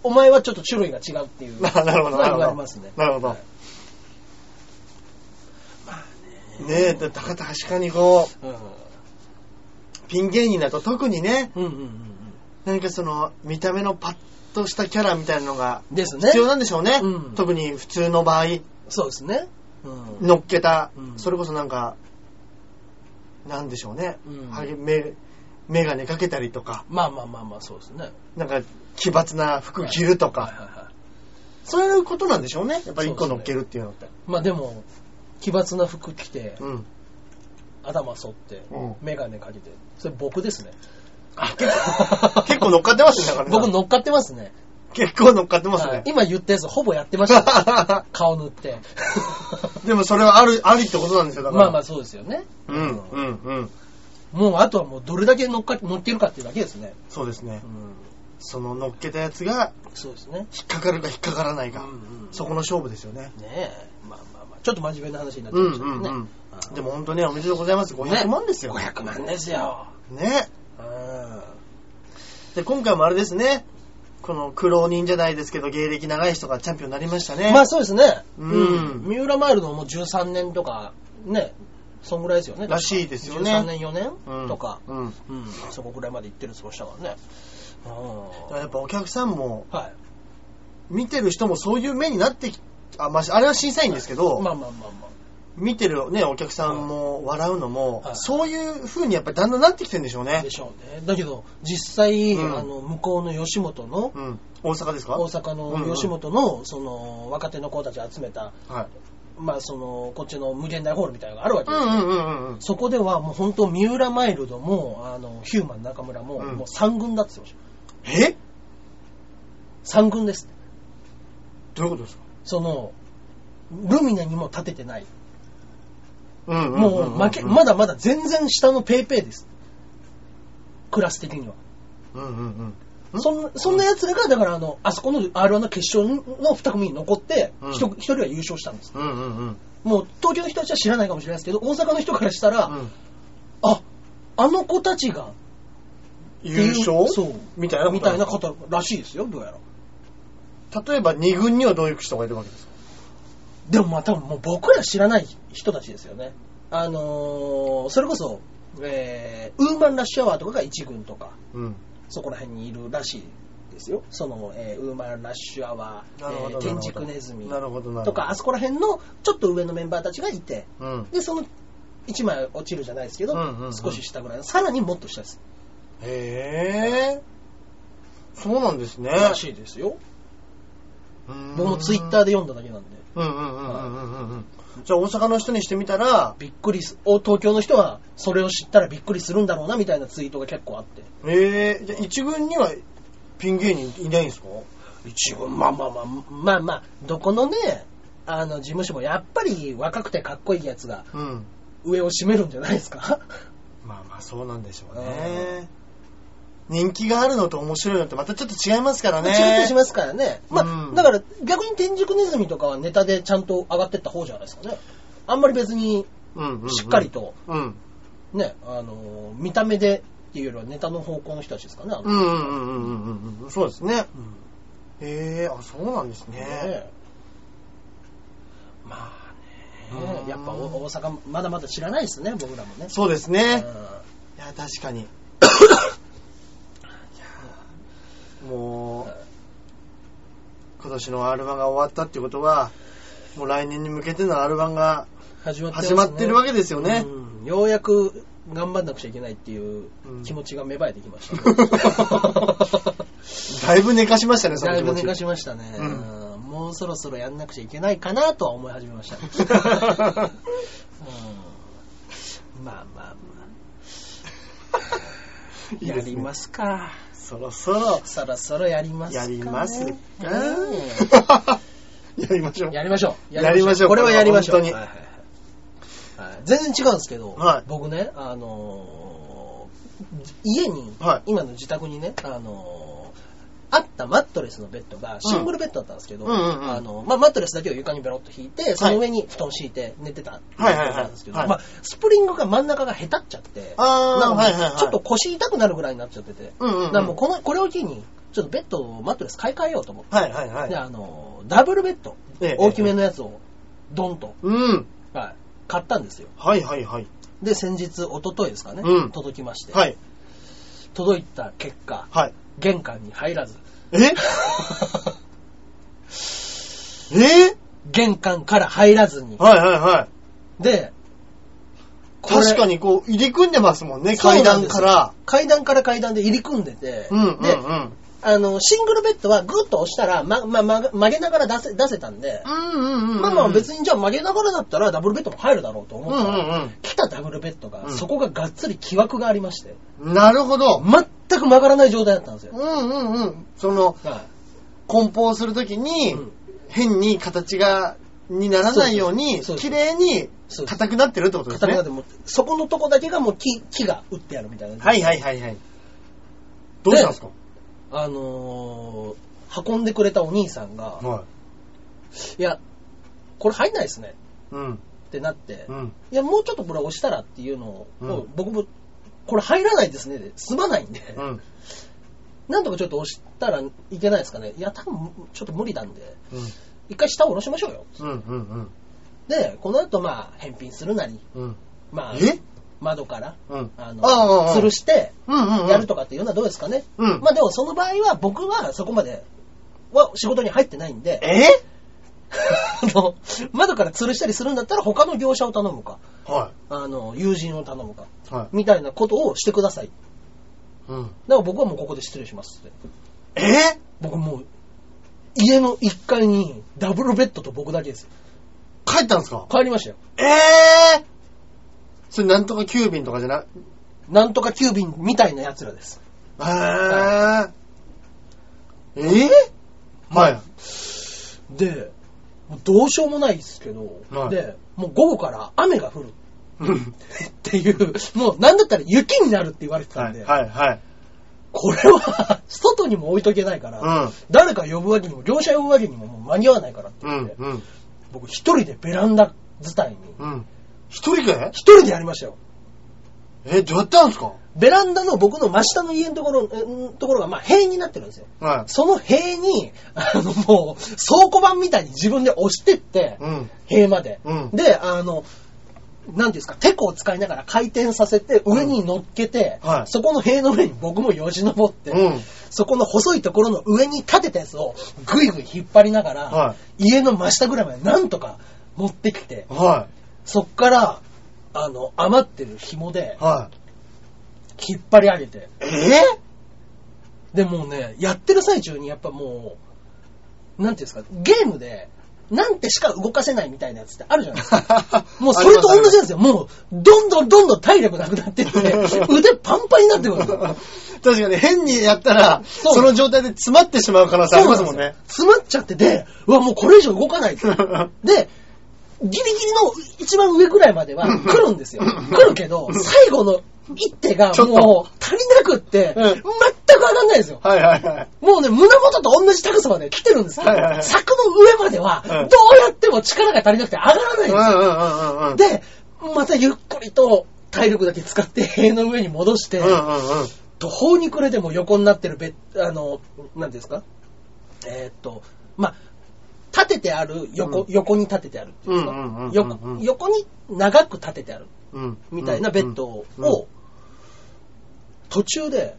[SPEAKER 1] お前はちょっと種類が違うってい
[SPEAKER 2] <laughs>
[SPEAKER 1] う。
[SPEAKER 2] ななるほど、
[SPEAKER 1] まあ
[SPEAKER 2] なる
[SPEAKER 1] 言
[SPEAKER 2] ほ
[SPEAKER 1] われ
[SPEAKER 2] ど。
[SPEAKER 1] ますね。
[SPEAKER 2] なるほど。ねえ、だだから確かにこ
[SPEAKER 1] うん。
[SPEAKER 2] ピン芸人だと特にね、
[SPEAKER 1] うんうんうん
[SPEAKER 2] 何かその、見た目のパッとしたキャラみたいなのが
[SPEAKER 1] うん。ですね。
[SPEAKER 2] 必要なんでしょうね。
[SPEAKER 1] うん
[SPEAKER 2] 特に普通の場合、
[SPEAKER 1] そうですね。うん。
[SPEAKER 2] 乗っけた、
[SPEAKER 1] うん
[SPEAKER 2] それこそなんか、なんでしょうね。
[SPEAKER 1] うん
[SPEAKER 2] はげメメガネかけたりとか、
[SPEAKER 1] まあまあまあまあ、そうですね。
[SPEAKER 2] なんか奇抜な服着るとか、
[SPEAKER 1] はいはいはい。
[SPEAKER 2] そういうことなんでしょうね。やっぱり一個乗っけるっていうのって。
[SPEAKER 1] まあでも、奇抜な服着て、
[SPEAKER 2] うん。
[SPEAKER 1] 頭剃って
[SPEAKER 2] うん、
[SPEAKER 1] メガネかけて、それ僕ですね。
[SPEAKER 2] 結構乗っかってますね、だからね
[SPEAKER 1] 僕乗っかってますね。
[SPEAKER 2] 結構乗っかってます
[SPEAKER 1] はい
[SPEAKER 2] ね。
[SPEAKER 1] 今言ったやつほぼやって
[SPEAKER 2] <laughs>
[SPEAKER 1] ました。顔塗って。
[SPEAKER 2] でもそれはある、ありってことなんですよ、だから。
[SPEAKER 1] まあまあそうですよね。
[SPEAKER 2] うん、うん、うん。
[SPEAKER 1] もうあとはもうどれだけ乗っか乗っけるかっていうだけですね。
[SPEAKER 2] そうですね
[SPEAKER 1] う。ん。
[SPEAKER 2] その乗っけたやつが、
[SPEAKER 1] そうですね。
[SPEAKER 2] 引っかかるか引っかからないか
[SPEAKER 1] うんうん。
[SPEAKER 2] そこの勝負ですよね。
[SPEAKER 1] ねえ。まあまあまあ。ちょっと真面目な話になっち
[SPEAKER 2] う
[SPEAKER 1] ゃい
[SPEAKER 2] ん、
[SPEAKER 1] ましたけど
[SPEAKER 2] うん、
[SPEAKER 1] ね。
[SPEAKER 2] うん。
[SPEAKER 1] あ
[SPEAKER 2] でも本当ね、おめでとうございます。500万ですよ。
[SPEAKER 1] 500万ですよ。
[SPEAKER 2] ね。
[SPEAKER 1] うん。
[SPEAKER 2] で、今回もあれですね。この苦労人じゃないですけど、芸歴長い人がチャンピオンになりましたね。
[SPEAKER 1] まあそうですね。
[SPEAKER 2] うん
[SPEAKER 1] 三浦マイルドも13年とか、ね、そんぐらいですよね。
[SPEAKER 2] らしいですよね
[SPEAKER 1] 13年、4
[SPEAKER 2] う
[SPEAKER 1] 年
[SPEAKER 2] ん
[SPEAKER 1] とか、
[SPEAKER 2] うん。
[SPEAKER 1] うん、そこぐらいまで行ってるって言ってましたからね。
[SPEAKER 2] だ
[SPEAKER 1] う
[SPEAKER 2] からやっぱお客さんも、
[SPEAKER 1] ん。はい。
[SPEAKER 2] 見てる人もそういう目になってきあ、まあ、あれは審査員ですけど、
[SPEAKER 1] まあまあまあま
[SPEAKER 2] 見てるね、お客さんも笑うのも、
[SPEAKER 1] はい
[SPEAKER 2] そういう風にやっぱりだんだんなってきてるんでしょう
[SPEAKER 1] あ。
[SPEAKER 2] ね
[SPEAKER 1] で。しょうね。だけど、実際、
[SPEAKER 2] うん
[SPEAKER 1] あの、向こうの吉本の、
[SPEAKER 2] うん。大阪ですか
[SPEAKER 1] 大阪の吉本の、その、若手の子たち集めた、
[SPEAKER 2] はい。
[SPEAKER 1] まあその、こっちの無限大ホールみたいなのがあるわけ
[SPEAKER 2] う
[SPEAKER 1] ですよ。
[SPEAKER 2] んうんうんうん。
[SPEAKER 1] そこではもう本当、三浦マイルドも、あの、ヒューマン中村も、
[SPEAKER 2] うん
[SPEAKER 1] もう3軍だって言ってました。
[SPEAKER 2] え
[SPEAKER 1] 三軍です。
[SPEAKER 2] どういうことですか
[SPEAKER 1] その、ルミネにも立ててない。
[SPEAKER 2] うん
[SPEAKER 1] もう負け、まだまだ全然下のペイペイです。クラス的には。
[SPEAKER 2] うんうんうん。
[SPEAKER 1] そんそんな奴らが、だからあの、あそこの R1 の決勝の2組に残って、
[SPEAKER 2] うん
[SPEAKER 1] 一人一人は優勝したんです。
[SPEAKER 2] うんうんうん。
[SPEAKER 1] もう東京の人たちは知らないかもしれないですけど、大阪の人からしたら、
[SPEAKER 2] うん
[SPEAKER 1] あ、あの子たちが、
[SPEAKER 2] 優勝
[SPEAKER 1] そう。
[SPEAKER 2] みたいなこと
[SPEAKER 1] みたいな方らしいですよ、どうやら。
[SPEAKER 2] 例えば二軍にはどういう人がいるわけですか
[SPEAKER 1] でもまあ多分もう僕ら知らない人たちですよね。あのーそれこそ、えー、ウーマンラッシュアワーとかが一軍とか、
[SPEAKER 2] うん。
[SPEAKER 1] そこら辺にいるらしいですよ。その、えーウーマンラッシュアワ
[SPEAKER 2] なるほ
[SPEAKER 1] ー、え
[SPEAKER 2] ど
[SPEAKER 1] ー、天竺ネズミ
[SPEAKER 2] なるほどなるほど
[SPEAKER 1] とか、あそこら辺のちょっと上のメンバーたちがいて、
[SPEAKER 2] うん。
[SPEAKER 1] で、その1枚落ちるじゃないですけど、
[SPEAKER 2] うんうんうん
[SPEAKER 1] 少し下ぐらいの、さらにもっと下です。
[SPEAKER 2] へえ。そうなんですね。
[SPEAKER 1] らしいですよ。僕もツイッター
[SPEAKER 2] で。
[SPEAKER 1] で読んだだけなんで、
[SPEAKER 2] うんうんうんうんうんうんうん。じゃあ大阪の人にしてみたら、
[SPEAKER 1] びっくりす、お東京の人はそれを知ったらびっくりするんだろうなみたいなツイートが結構あって。
[SPEAKER 2] ええじゃあ一軍にはピン芸人いないんですか
[SPEAKER 1] 一軍、まあまあまあ、まあまあ、どこのね、あの、事務所もやっぱり若くてかっこいいやつが
[SPEAKER 2] うん。
[SPEAKER 1] 上を占めるんじゃないですか
[SPEAKER 2] まあまあそうなんでしょうね。人気があるのと面白いのってまたちょっと違いますからね。
[SPEAKER 1] 違ってしますからね。まあ、
[SPEAKER 2] うん
[SPEAKER 1] だから逆に天竺ネズミとかはネタでちゃんと上がってった方じゃないですかね。あんまり別に
[SPEAKER 2] うんうんうん
[SPEAKER 1] しっかり。と、
[SPEAKER 2] うん。
[SPEAKER 1] ね、あの、見た目でっていうよりはネタの方向の人たちですかね。あの
[SPEAKER 2] うんうんうんうんうんうん。そうですね。
[SPEAKER 1] うん
[SPEAKER 2] へえあ、そうなんですね。
[SPEAKER 1] ねまあ
[SPEAKER 2] う
[SPEAKER 1] ね、
[SPEAKER 2] ん
[SPEAKER 1] やっぱお大阪まだまだ知らないですね、僕らもね。
[SPEAKER 2] そうですね。
[SPEAKER 1] うん
[SPEAKER 2] いや、確か <coughs> に。いやもう、今年の R1 が終わったってことは、もう来年に向けての R1 が、
[SPEAKER 1] 始まって,、
[SPEAKER 2] 始まってるわけですよね
[SPEAKER 1] うんようやく頑張んなくちゃいけないっていう
[SPEAKER 2] うん
[SPEAKER 1] 気持ちが芽生えてきま
[SPEAKER 2] <laughs>
[SPEAKER 1] した、
[SPEAKER 2] だいぶ寝かしましたね、その
[SPEAKER 1] <laughs> だ
[SPEAKER 2] 気
[SPEAKER 1] いぶ
[SPEAKER 2] 持
[SPEAKER 1] 寝
[SPEAKER 2] ち。
[SPEAKER 1] かしましたね、
[SPEAKER 2] うん
[SPEAKER 1] うんもうそろそろやんなくちゃいけないかなとは思い始めまし
[SPEAKER 2] <laughs>
[SPEAKER 1] た、ねうんまあまあまあ
[SPEAKER 2] <laughs> いい
[SPEAKER 1] や
[SPEAKER 2] ですね
[SPEAKER 1] りますか
[SPEAKER 2] そろそろ、
[SPEAKER 1] そろそろやりますか、
[SPEAKER 2] や
[SPEAKER 1] ね、
[SPEAKER 2] ります <laughs> か
[SPEAKER 1] う
[SPEAKER 2] やりましょ
[SPEAKER 1] ん
[SPEAKER 2] う。
[SPEAKER 1] やりましょう
[SPEAKER 2] やりましょう
[SPEAKER 1] これはやりましょう
[SPEAKER 2] これは
[SPEAKER 1] はい
[SPEAKER 2] 本
[SPEAKER 1] はいはいはい全然違うんですけど、
[SPEAKER 2] はい
[SPEAKER 1] 僕ねあのーじ家に、
[SPEAKER 2] はい
[SPEAKER 1] 今の自宅にねあのーあったマットレスのベッドがシングルベッドだったんですけど、
[SPEAKER 2] うんうんうん
[SPEAKER 1] あのまあ、マットレスだけを床にベロッと引いて、その上に布団敷いて寝てたっていうことなんですけど、
[SPEAKER 2] はいはいは
[SPEAKER 1] まあ、スプリングが真ん中がへたっちゃって、
[SPEAKER 2] あー
[SPEAKER 1] なんかもう
[SPEAKER 2] はいはいはい
[SPEAKER 1] ちょっと腰痛くなるぐらいになっちゃってて、
[SPEAKER 2] うんうんうん
[SPEAKER 1] だからもうこのこれを機に、ちょっとベッドをマットレス買い替えようと思って
[SPEAKER 2] はいはいは
[SPEAKER 1] で、
[SPEAKER 2] い。
[SPEAKER 1] あの、ダブルベッド、
[SPEAKER 2] ええ
[SPEAKER 1] 大きめのやつを、ドンと、
[SPEAKER 2] うん。
[SPEAKER 1] はい買ったんですよ。
[SPEAKER 2] はいはいはい。
[SPEAKER 1] で、先日、一昨日ですかね、
[SPEAKER 2] うん
[SPEAKER 1] 届きまして、
[SPEAKER 2] はい。
[SPEAKER 1] 届いた結果、
[SPEAKER 2] はい。
[SPEAKER 1] 玄関に入らず、 <laughs>
[SPEAKER 2] ええ
[SPEAKER 1] 玄関から入らずに。
[SPEAKER 2] はいはいはい。
[SPEAKER 1] で、これ
[SPEAKER 2] 確かにこう、入り組んでますもんね、
[SPEAKER 1] そう
[SPEAKER 2] 階
[SPEAKER 1] なん
[SPEAKER 2] 段
[SPEAKER 1] です
[SPEAKER 2] から。
[SPEAKER 1] 階段から階段で入り組んでて、
[SPEAKER 2] うんうんう
[SPEAKER 1] で、
[SPEAKER 2] ん。
[SPEAKER 1] あの、シングルベッドはグッと押したら、ま、ま、ま、曲げながら出せ、出せたんで、
[SPEAKER 2] うんうんうんうん。
[SPEAKER 1] まあまあ別
[SPEAKER 2] に。
[SPEAKER 1] にじゃあ曲げながらだったらダブルベッドも入るだろうと思
[SPEAKER 2] う
[SPEAKER 1] ったら、
[SPEAKER 2] んうん
[SPEAKER 1] 来たダブルベッドが、
[SPEAKER 2] うん
[SPEAKER 1] そこががっつり木枠がありまして、
[SPEAKER 2] うん。なるほど。
[SPEAKER 1] 全く曲がらない状態だったんですよ
[SPEAKER 2] う。んうんうん。その、
[SPEAKER 1] は
[SPEAKER 2] 梱包するとき
[SPEAKER 1] い
[SPEAKER 2] に、
[SPEAKER 1] うん
[SPEAKER 2] 変に形が、にならないように、
[SPEAKER 1] そうです
[SPEAKER 2] 綺麗に
[SPEAKER 1] そうです
[SPEAKER 2] 硬くなってるってことです
[SPEAKER 1] 固
[SPEAKER 2] ね
[SPEAKER 1] ま。ってもうそこのとこだけがもう木、木が打ってあるみたいな。
[SPEAKER 2] はいはいはいはい。どうしたんですか
[SPEAKER 1] あのー運んでくれたお兄さんが、
[SPEAKER 2] はい
[SPEAKER 1] や、これ入んないですね
[SPEAKER 2] い。うん。
[SPEAKER 1] ってなって、
[SPEAKER 2] うん。
[SPEAKER 1] いや、もうちょっとこれ押したらっていうのを、
[SPEAKER 2] うん
[SPEAKER 1] 僕も、これ入らないですねで、済まないんで、
[SPEAKER 2] うん。
[SPEAKER 1] なんとかちょっと押したらいけないですかね。いや、多分、ちょっと無理なんで、
[SPEAKER 2] うん。
[SPEAKER 1] 一回下を下ろしましょうよ。
[SPEAKER 2] うん。うん。
[SPEAKER 1] で、この後、まあ、返品するなり、
[SPEAKER 2] うん。
[SPEAKER 1] まあ、
[SPEAKER 2] え
[SPEAKER 1] 窓から、
[SPEAKER 2] うん。
[SPEAKER 1] あの、
[SPEAKER 2] ああ
[SPEAKER 1] 吊るして、
[SPEAKER 2] うんうんうん。
[SPEAKER 1] やるとかっていうのはどうですかね。
[SPEAKER 2] うん。
[SPEAKER 1] まあ、でもその場合は、僕はそこまでは仕事に入ってない
[SPEAKER 2] <laughs>
[SPEAKER 1] んで、
[SPEAKER 2] え
[SPEAKER 1] あの、窓から吊るしたりするんだったら、他の業者を頼むか、
[SPEAKER 2] は
[SPEAKER 1] あの、友人を頼むか、
[SPEAKER 2] い。はい。
[SPEAKER 1] みたいなことをしてください。
[SPEAKER 2] うん。
[SPEAKER 1] だから僕はもうここで失礼しますって。
[SPEAKER 2] え
[SPEAKER 1] 僕もう、家の1階にダブルベッドと僕だけですよ。
[SPEAKER 2] 帰ったんですか
[SPEAKER 1] 帰りましたよ。
[SPEAKER 2] ええそれなんとか急便とかじゃない
[SPEAKER 1] なんとか急便みたいな奴らです。
[SPEAKER 2] ええええはい。
[SPEAKER 1] で、もうどうしようもないですけど、
[SPEAKER 2] はい
[SPEAKER 1] で、もう午後から雨が降る
[SPEAKER 2] うん
[SPEAKER 1] っていう、もうなんだったら雪になるって言われてた
[SPEAKER 2] は
[SPEAKER 1] んで、
[SPEAKER 2] い。はい。はい。
[SPEAKER 1] これは外にも置いとけないから、誰か呼ぶわけにも、業者呼ぶわけにももう間に合わないからって
[SPEAKER 2] うん。う
[SPEAKER 1] 言っ
[SPEAKER 2] ん
[SPEAKER 1] て、。
[SPEAKER 2] うん。
[SPEAKER 1] 僕一人でベランダ伝いに、
[SPEAKER 2] うん。一人で
[SPEAKER 1] 一人でやりましたよ。
[SPEAKER 2] え、どうやったんですか
[SPEAKER 1] ベランダの僕の真下の家のところ、うんところがまあ塀になってるんですよ。
[SPEAKER 2] は
[SPEAKER 1] その塀に、あのもう倉庫版みたいに自分で押してって
[SPEAKER 2] い。、うん。
[SPEAKER 1] 塀まで。
[SPEAKER 2] うん。
[SPEAKER 1] で、あの、なんていうんですか、テコを使いながら回転させて、上に乗っけて、
[SPEAKER 2] うんはい
[SPEAKER 1] そこの塀の上に僕もよじ登って、
[SPEAKER 2] うん。
[SPEAKER 1] そこの細いところの上に立てたやつをぐいぐい引っ張りながら、
[SPEAKER 2] は
[SPEAKER 1] 家の真下ぐらいまでなんとか持ってきて、
[SPEAKER 2] は
[SPEAKER 1] そっから、あの、余ってる紐で
[SPEAKER 2] い。は
[SPEAKER 1] 引っ張り上げて、
[SPEAKER 2] <laughs> い。え
[SPEAKER 1] でもうね、やってる最中にやっぱもう、なんていうんですか、ゲームで、なんてしか動かせないみたいなやつってあるじゃないですか。もうそれと同じなんですよ。もう、どんどんどんどん体力なくなって
[SPEAKER 2] <laughs>
[SPEAKER 1] って、腕パンパンになってくるんですよ。
[SPEAKER 2] 確かに変にやったら、
[SPEAKER 1] そう
[SPEAKER 2] その状態で詰まってしまう可能性ありますもんね。
[SPEAKER 1] そうなんですよ詰まっちゃってて、うわ、もうこれ以上動かないって。
[SPEAKER 2] うん
[SPEAKER 1] で、ギリギリの一番上ぐらいまでは
[SPEAKER 2] うん
[SPEAKER 1] 来るんですよ。
[SPEAKER 2] うん
[SPEAKER 1] 来るけど、最後の一手が
[SPEAKER 2] ちょっ
[SPEAKER 1] も
[SPEAKER 2] と
[SPEAKER 1] う足りなくって、
[SPEAKER 2] うん
[SPEAKER 1] 全く上がんないんですよ。
[SPEAKER 2] <laughs> はいはいはい。
[SPEAKER 1] もうね、胸元と同じ高さまで来てるんですけど、
[SPEAKER 2] はいはいはい
[SPEAKER 1] 柵の上までは、
[SPEAKER 2] うん
[SPEAKER 1] どうやっても力が足りなくて上がらないん
[SPEAKER 2] う
[SPEAKER 1] で
[SPEAKER 2] んうんうんうん。
[SPEAKER 1] すよ。で、またゆっくりと体力だけ使って塀の上に戻して、
[SPEAKER 2] うんうんうん。
[SPEAKER 1] 途方に暮れても横になってるベッ、あの、なんていうんですかえーっと、まあ、立ててある、横、
[SPEAKER 2] うん
[SPEAKER 1] 横に立ててあるっていうんですか、
[SPEAKER 2] うんうんうんうんうん
[SPEAKER 1] 横横に長く立ててある
[SPEAKER 2] うん
[SPEAKER 1] みたいなベッドを、途中で、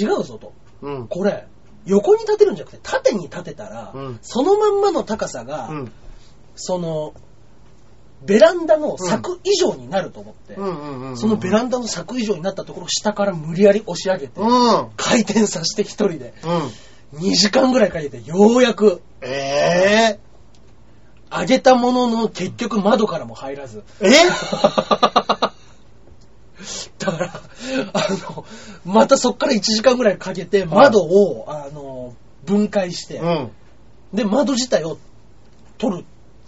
[SPEAKER 1] 違うぞと。
[SPEAKER 2] うんうん。
[SPEAKER 1] これ、横に立てるんじゃなくて、縦に立てたら、
[SPEAKER 2] うん
[SPEAKER 1] そのまんまの高さが、
[SPEAKER 2] うん
[SPEAKER 1] その、ベランダの柵以上になると思って、
[SPEAKER 2] うんうんうんうん。
[SPEAKER 1] そのベランダの柵以上になったところを下から無理やり押し上げて、
[SPEAKER 2] うん。うん。
[SPEAKER 1] 回転させて一人で、2時間ぐらいかけてようやく、
[SPEAKER 2] ええ
[SPEAKER 1] 上げたものの結局窓からも入
[SPEAKER 2] <laughs>
[SPEAKER 1] らず。
[SPEAKER 2] え
[SPEAKER 1] だから、あの、またそっから1時間ぐらいかけて窓を、あの、分解して、
[SPEAKER 2] うん。
[SPEAKER 1] で、窓自体を取る。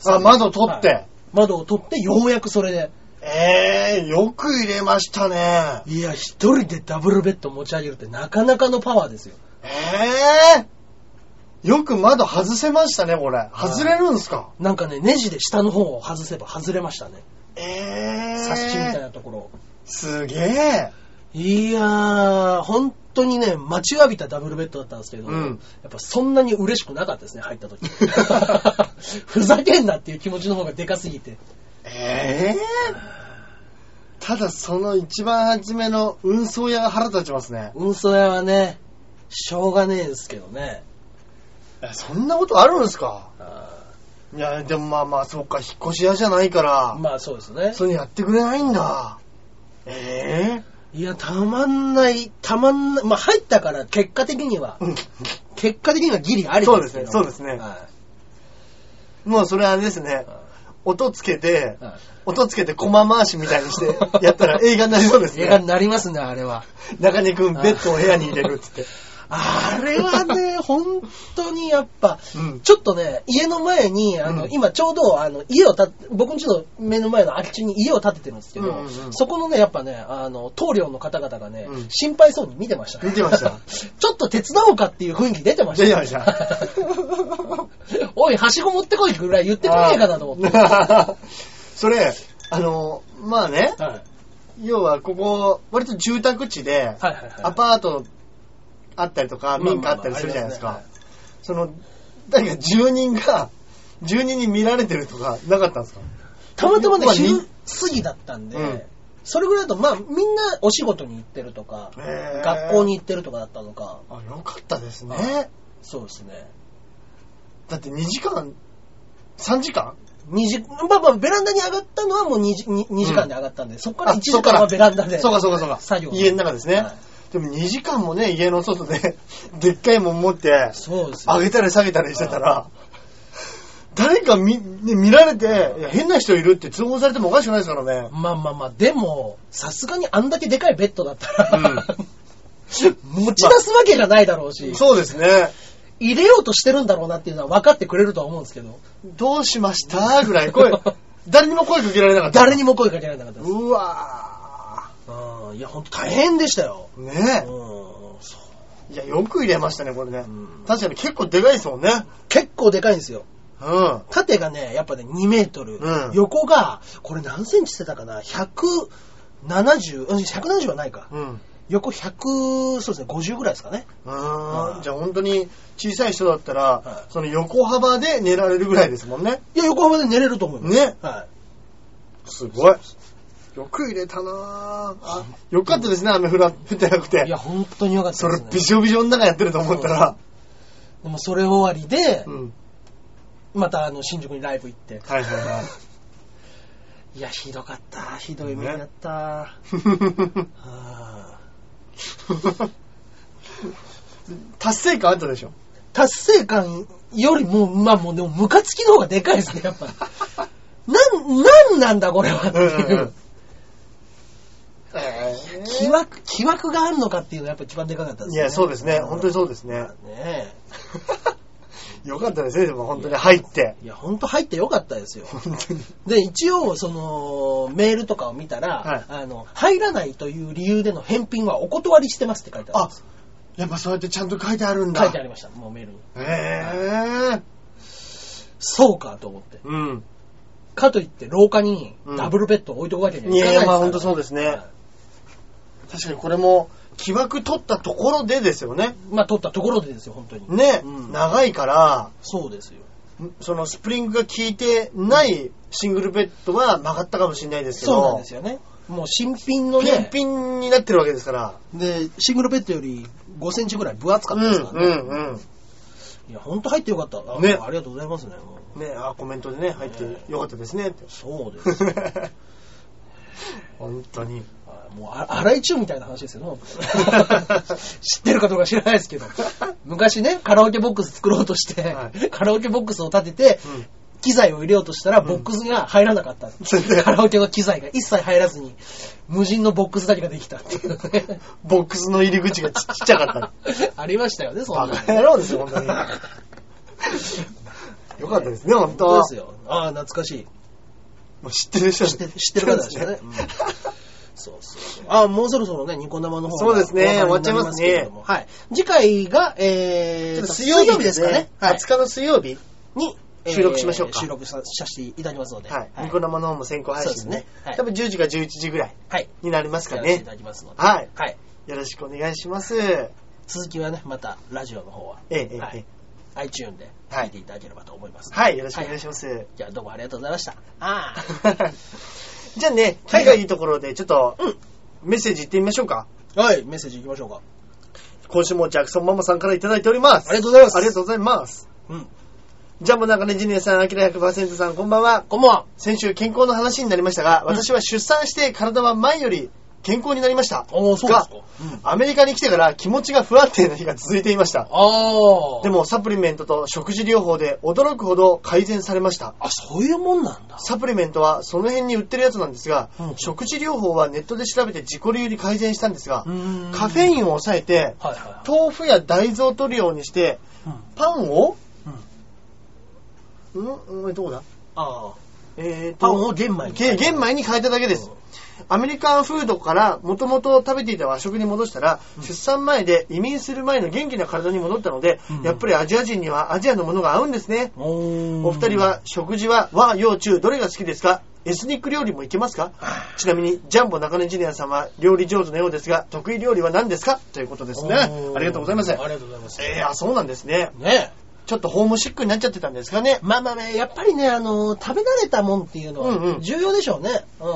[SPEAKER 2] あ、窓取っ
[SPEAKER 1] はい
[SPEAKER 2] て。
[SPEAKER 1] 窓を取って、ようやくそれで。
[SPEAKER 2] ええよく入れましたね。
[SPEAKER 1] いや、一人でダブルベッド持ち上げるってなかなかのパワーですよ。
[SPEAKER 2] ええよく窓外せましたね、これ。外れるんすか
[SPEAKER 1] なんかね、ネジで下の方を外せば外れましたね。
[SPEAKER 2] ええ
[SPEAKER 1] サッシみたいなところを。
[SPEAKER 2] すげえ。
[SPEAKER 1] いやー、本当にね、待ちわびたダブルベッドだったんですけど、
[SPEAKER 2] うん
[SPEAKER 1] やっぱそんなに嬉しくなかったですね、入っ
[SPEAKER 2] <laughs>
[SPEAKER 1] た時。ふざけんなっていう気持ちの方がでかすぎて。
[SPEAKER 2] ええただその一番初めの運送屋が腹立ちますね。
[SPEAKER 1] 運送屋はね、しょうがねえですけどね。
[SPEAKER 2] えそんなことあるんですか
[SPEAKER 1] あ
[SPEAKER 2] いや、でもまあまあ、そうか、引っ越し屋じゃないから、
[SPEAKER 1] ーまあそうですね。
[SPEAKER 2] そういうのやってくれないんだ。え
[SPEAKER 1] いや、たまんない、たまんない。まあ入ったから結果的には
[SPEAKER 2] え、
[SPEAKER 1] 結果的にはギリありけど
[SPEAKER 2] そうですねそうですね
[SPEAKER 1] は
[SPEAKER 2] もうそれあれですね
[SPEAKER 1] い。。は
[SPEAKER 2] 音つけて
[SPEAKER 1] い、はい
[SPEAKER 2] 音つけてコマ回しみたいに <laughs> して、やったら映画になりそうです
[SPEAKER 1] 映画
[SPEAKER 2] ね。
[SPEAKER 1] になりますね、あれは。
[SPEAKER 2] 中根くん、ベッドを部屋に入れるっつって。
[SPEAKER 1] あれは
[SPEAKER 2] <laughs>
[SPEAKER 1] ね、本当にやっぱ、
[SPEAKER 2] うん
[SPEAKER 1] ちょっとね、家の前に、あの、
[SPEAKER 2] うん
[SPEAKER 1] 今ちょうど、あの、家を建て、僕んちの目の前の空き地に家を建ててるんですけ
[SPEAKER 2] う
[SPEAKER 1] ど、
[SPEAKER 2] んうんうん
[SPEAKER 1] そこのね、やっぱね、あの、棟梁の方々がね、
[SPEAKER 2] うん
[SPEAKER 1] 心配そうに見てました、ね。
[SPEAKER 2] 見てました。
[SPEAKER 1] <laughs> ちょっと手伝おうかっていう雰囲気出てました、
[SPEAKER 2] 出てま <laughs> した <laughs>
[SPEAKER 1] た。 <laughs> おい、はしご持ってこいぐらい言ってくんねえかなと思って。
[SPEAKER 2] あー <laughs> それ、あの、まあね、
[SPEAKER 1] はい
[SPEAKER 2] 要はここ、割と住宅地で、
[SPEAKER 1] はいはいはい
[SPEAKER 2] アパートあったりとか、民家あったりするじゃないですか。その、誰か住人が、住人に見られてるとか、なかったんですか
[SPEAKER 1] たまたまね
[SPEAKER 2] ま、あ
[SPEAKER 1] 昼
[SPEAKER 2] に
[SPEAKER 1] 過ぎだったんで、
[SPEAKER 2] うん
[SPEAKER 1] それぐらいだと、まあ、みんなお仕事に行ってるとか、
[SPEAKER 2] へー
[SPEAKER 1] 学校に行ってるとかだったのか、
[SPEAKER 2] あ、よかったです
[SPEAKER 1] は
[SPEAKER 2] ね。
[SPEAKER 1] そうですね。
[SPEAKER 2] だって2時間、3時間
[SPEAKER 1] 二時、まあまあ、ベランダに上がったのはもう2時二二時間で上がったんで、そこから
[SPEAKER 2] あ
[SPEAKER 1] 1時間はベランダで。
[SPEAKER 2] そうかそうかそうか。
[SPEAKER 1] 作業。
[SPEAKER 2] 家の中ですね。
[SPEAKER 1] はい
[SPEAKER 2] でも2時間もね、家の外で、 <laughs> でっかいもん持って、
[SPEAKER 1] そうです
[SPEAKER 2] 上
[SPEAKER 1] よ。
[SPEAKER 2] げたり下げたりしてたら、誰か見、ね見られて、いや変な人いるって通報されてもおかしくないですからね。
[SPEAKER 1] まあまあまあ、でも、さすがにあんだけでかいベッドだったら、 <laughs> 持ち出すわけがないだろうし、
[SPEAKER 2] そうですね。
[SPEAKER 1] 入れようとしてるんだろうなっていうのは分かってくれるとは思うんですけど、
[SPEAKER 2] どうしましたぐらい
[SPEAKER 1] <laughs>
[SPEAKER 2] 声、誰にも声かけられなかった。
[SPEAKER 1] 誰にも声かけられなかったです。
[SPEAKER 2] うわ
[SPEAKER 1] うんいや、ほんと大変でしたよ。
[SPEAKER 2] ぁ。
[SPEAKER 1] う
[SPEAKER 2] ね
[SPEAKER 1] んそう
[SPEAKER 2] え。いや、よく入れましたね、これね
[SPEAKER 1] うん。
[SPEAKER 2] 確かに結構でかいですもんね。
[SPEAKER 1] 結構でかいんですよ。
[SPEAKER 2] うん。
[SPEAKER 1] 縦がね、やっぱね、2メートル。
[SPEAKER 2] うん
[SPEAKER 1] 横が、これ何センチしてたかな ?170、うん170はないか。
[SPEAKER 2] うん。
[SPEAKER 1] 横100、そうですね、50ぐらいですかね。
[SPEAKER 2] あ
[SPEAKER 1] はい
[SPEAKER 2] ーじゃあ本当に小さい人だったら、
[SPEAKER 1] はい
[SPEAKER 2] その横幅で寝られるぐらいですもんね。
[SPEAKER 1] いや、横浜で寝れると思います。
[SPEAKER 2] ね
[SPEAKER 1] は
[SPEAKER 2] すごい。よく入れたなぁ。あよかったですね、雨降ら降ってなくて
[SPEAKER 1] い。い。や、本当に良かった
[SPEAKER 2] そ
[SPEAKER 1] で
[SPEAKER 2] れ
[SPEAKER 1] す、ね。
[SPEAKER 2] びしょびしょの中やってると思ったら。
[SPEAKER 1] でもそれ終わりで、
[SPEAKER 2] うん。
[SPEAKER 1] またあの、新宿にライブ行って。
[SPEAKER 2] はいはいはい。
[SPEAKER 1] や、ひどかった。ひどい目にあった。はいあ
[SPEAKER 2] <laughs> 達成感あったでしょ。
[SPEAKER 1] 達成感よりも、まあもう、でも、ムカつきの方がでかいですね、やっぱ。なん、なんなんだ、これはってい
[SPEAKER 2] う
[SPEAKER 1] う。 <laughs>
[SPEAKER 2] んうんうん
[SPEAKER 1] 疑惑、疑惑があるのかっていうのがやっぱ一番でかかったです
[SPEAKER 2] い
[SPEAKER 1] ね。
[SPEAKER 2] や、そうですね。本当にそうですね。
[SPEAKER 1] う。ね
[SPEAKER 2] <laughs> よかったですね、でも本当に入って。
[SPEAKER 1] え。いや、本当入ってよかったですよ。
[SPEAKER 2] 本当に。
[SPEAKER 1] で、一応、その、メールとかを見たら、
[SPEAKER 2] はい
[SPEAKER 1] あの、入らないという理由での返品はお断りしてますって書いてあるん
[SPEAKER 2] あ
[SPEAKER 1] です。、
[SPEAKER 2] やっぱそうやってちゃんと書いてあるんだ。
[SPEAKER 1] 書いてありました、もうメールに。
[SPEAKER 2] へえ。
[SPEAKER 1] そうかと思って。
[SPEAKER 2] うん。
[SPEAKER 1] かといって、廊下に
[SPEAKER 2] うん
[SPEAKER 1] ダブルベッドを置いとくわけにはいいかない
[SPEAKER 2] やいや、
[SPEAKER 1] ですから
[SPEAKER 2] まあ本当そうですね
[SPEAKER 1] は。
[SPEAKER 2] 確かにこれも、木枠取ったところでですよね。
[SPEAKER 1] いまあ、取ったところでですよ、本当に。
[SPEAKER 2] ね、
[SPEAKER 1] うん
[SPEAKER 2] 長いから、
[SPEAKER 1] そうですよ。
[SPEAKER 2] そのスプリングが効いてないシングルベッドは曲がったかもしれないですけど、
[SPEAKER 1] そうなんですよね。もう新品の
[SPEAKER 2] ピン
[SPEAKER 1] ね、
[SPEAKER 2] ピンになってるわけですから。
[SPEAKER 1] で、シングルベッドより5センチぐらい分厚か
[SPEAKER 2] う
[SPEAKER 1] っ
[SPEAKER 2] ん、
[SPEAKER 1] た
[SPEAKER 2] う
[SPEAKER 1] ですからね。
[SPEAKER 2] ん、
[SPEAKER 1] いや、本当入ってよかった。あ,、
[SPEAKER 2] ね
[SPEAKER 1] ありがとうございますね。も
[SPEAKER 2] う
[SPEAKER 1] う
[SPEAKER 2] ん。ね、あ、コメントでね、入ってよかったですねって。
[SPEAKER 1] <laughs> そうです。
[SPEAKER 2] 本当に。
[SPEAKER 1] あもうあ、荒井中みたいな話ですよ <laughs> ね。知ってるかどうか知らないですけど。昔ね、カラオケボックス作ろうとして、
[SPEAKER 2] は
[SPEAKER 1] カラオケボックスを立てて、
[SPEAKER 2] うん
[SPEAKER 1] 機材を入れようとしたら、ボックスが入らなかった。カラオケの機材が一切入らずに、無人のボックスだけができたっていうね。
[SPEAKER 2] ボックスの入り口 <laughs> がちっちゃかっ
[SPEAKER 1] <laughs> ありましたよね、そ
[SPEAKER 2] た。
[SPEAKER 1] んな
[SPEAKER 2] バ
[SPEAKER 1] のね
[SPEAKER 2] カ野郎ですよ、本
[SPEAKER 1] <laughs>
[SPEAKER 2] 当に。よかったですね、本
[SPEAKER 1] そう
[SPEAKER 2] 当
[SPEAKER 1] ですよ。ああ、懐かしい。
[SPEAKER 2] もう知ってる人
[SPEAKER 1] 知って知ってる方でしたね
[SPEAKER 2] 知って
[SPEAKER 1] そうそうそう。あ、もうそろそろね、ニコ生の方が
[SPEAKER 2] そうですね
[SPEAKER 1] お別れになりけれども
[SPEAKER 2] 終わっち
[SPEAKER 1] はい。次回が、え
[SPEAKER 2] ちょっ
[SPEAKER 1] ー、
[SPEAKER 2] と
[SPEAKER 1] 水曜日ですかね。はい
[SPEAKER 2] 20。日の水曜日
[SPEAKER 1] に、えー
[SPEAKER 2] 収録しましょうか
[SPEAKER 1] 収録ささせていただきますので。
[SPEAKER 2] はい。
[SPEAKER 1] は
[SPEAKER 2] ニ
[SPEAKER 1] い。
[SPEAKER 2] コ生の方も先行配信
[SPEAKER 1] そう
[SPEAKER 2] ね
[SPEAKER 1] ですねはい。
[SPEAKER 2] 多分10時か11時ぐらい
[SPEAKER 1] はい
[SPEAKER 2] になります
[SPEAKER 1] や
[SPEAKER 2] から
[SPEAKER 1] せてい
[SPEAKER 2] ね
[SPEAKER 1] た。だきますので。
[SPEAKER 2] はい。
[SPEAKER 1] はい。
[SPEAKER 2] よろしくお願いします。え
[SPEAKER 1] 続きはね、またラジオの方は、
[SPEAKER 2] え、ええ
[SPEAKER 1] は、い
[SPEAKER 2] ええ <laughs>
[SPEAKER 1] iTune で聞いていただければと思います。
[SPEAKER 2] はい。よろしくお願いします。
[SPEAKER 1] じゃあどうもありがとうございました。ああ。
[SPEAKER 2] じゃあね、
[SPEAKER 1] はい
[SPEAKER 2] 機がいいところで、ちょっと
[SPEAKER 1] うん、
[SPEAKER 2] メッセージいってみましょうか。
[SPEAKER 1] はい、メッセージ行きましょうか。
[SPEAKER 2] 今週もジャクソンママさんからいただいております。
[SPEAKER 1] ありがとうございます
[SPEAKER 2] ありがとうございます。
[SPEAKER 1] うん。
[SPEAKER 2] ジャンボ中根ジュニアさん、アキラ100%さん、こんばんは。
[SPEAKER 1] こんばんは。
[SPEAKER 2] 先週健康の話になりましたが、
[SPEAKER 1] ん
[SPEAKER 2] 私は出産して体は前より健康になりました。
[SPEAKER 1] おー、そうですか。
[SPEAKER 2] が
[SPEAKER 1] うん、
[SPEAKER 2] アメリカに来てから気持ちが不安定な日が続いていました。
[SPEAKER 1] ああ。
[SPEAKER 2] で、もサプリメントと食事療法で驚くほど改善されました。
[SPEAKER 1] あ、そういうもんなんだ。
[SPEAKER 2] サプリメントはその辺に売ってるやつなんですが、
[SPEAKER 1] うん
[SPEAKER 2] 食事療法はネットで調べて自己流に改善したんですが、
[SPEAKER 1] ーん
[SPEAKER 2] カフェインを抑えて、
[SPEAKER 1] はいはいはい。
[SPEAKER 2] 豆腐や大豆を取るようにして、
[SPEAKER 1] うん
[SPEAKER 2] パンを、うん、うんどこだ
[SPEAKER 1] ああ。
[SPEAKER 2] えーと
[SPEAKER 1] パンを玄米に
[SPEAKER 2] げ玄米に変えただけです。アメリカンフードからもともと食べていた和食に戻したら、出産前で移民する前の元気な体に戻ったので、
[SPEAKER 1] うん
[SPEAKER 2] やっぱりアジア人にはアジアのものが合うんですね。
[SPEAKER 1] お
[SPEAKER 2] お二人は食事は和洋中どれが好きですかエスニック料理もいけますかちなみにジャンボ中根ジュニアさんは料理上手のようですが得意料理は何ですかということで
[SPEAKER 1] です
[SPEAKER 2] ねありがとうございます
[SPEAKER 1] ありがとうございます。
[SPEAKER 2] えー、あそうなんですね
[SPEAKER 1] ねえ。
[SPEAKER 2] ちょっとホームシックになっちゃってたんですかね
[SPEAKER 1] まあまあね、やっぱりね、あの、食べ慣れたもんっていうの
[SPEAKER 2] うんう
[SPEAKER 1] は
[SPEAKER 2] ん
[SPEAKER 1] 重要でしょうね。うん。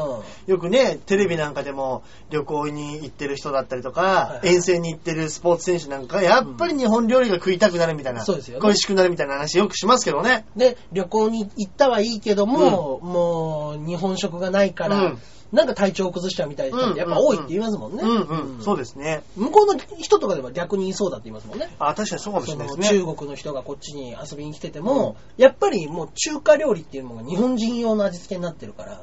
[SPEAKER 2] よくねテレビなんかでも旅行に行ってる人だったりとか、
[SPEAKER 1] いはい
[SPEAKER 2] 遠征に行ってるスポーツ選手なんかやっぱり日本料理が食いたくなるみたいな、
[SPEAKER 1] そうですよね
[SPEAKER 2] 恋しくなるみたいな話よくしますけどね
[SPEAKER 1] で、旅行に行ったはいいけども、もう日本食がないから、
[SPEAKER 2] うん
[SPEAKER 1] なんか体調を崩しちゃうみたいな人ってやっぱ多いって言いますもんね。
[SPEAKER 2] うんうん、そうですね
[SPEAKER 1] 向こうの人とかでは逆に言いそうだって言いますもんね。
[SPEAKER 2] あ確かにそうかもし
[SPEAKER 1] そ
[SPEAKER 2] れない
[SPEAKER 1] の
[SPEAKER 2] ですね
[SPEAKER 1] 中国の人がこっちに遊びに来てても、やっぱりもう中華料理っていうのが日本人用の味付けになってるから、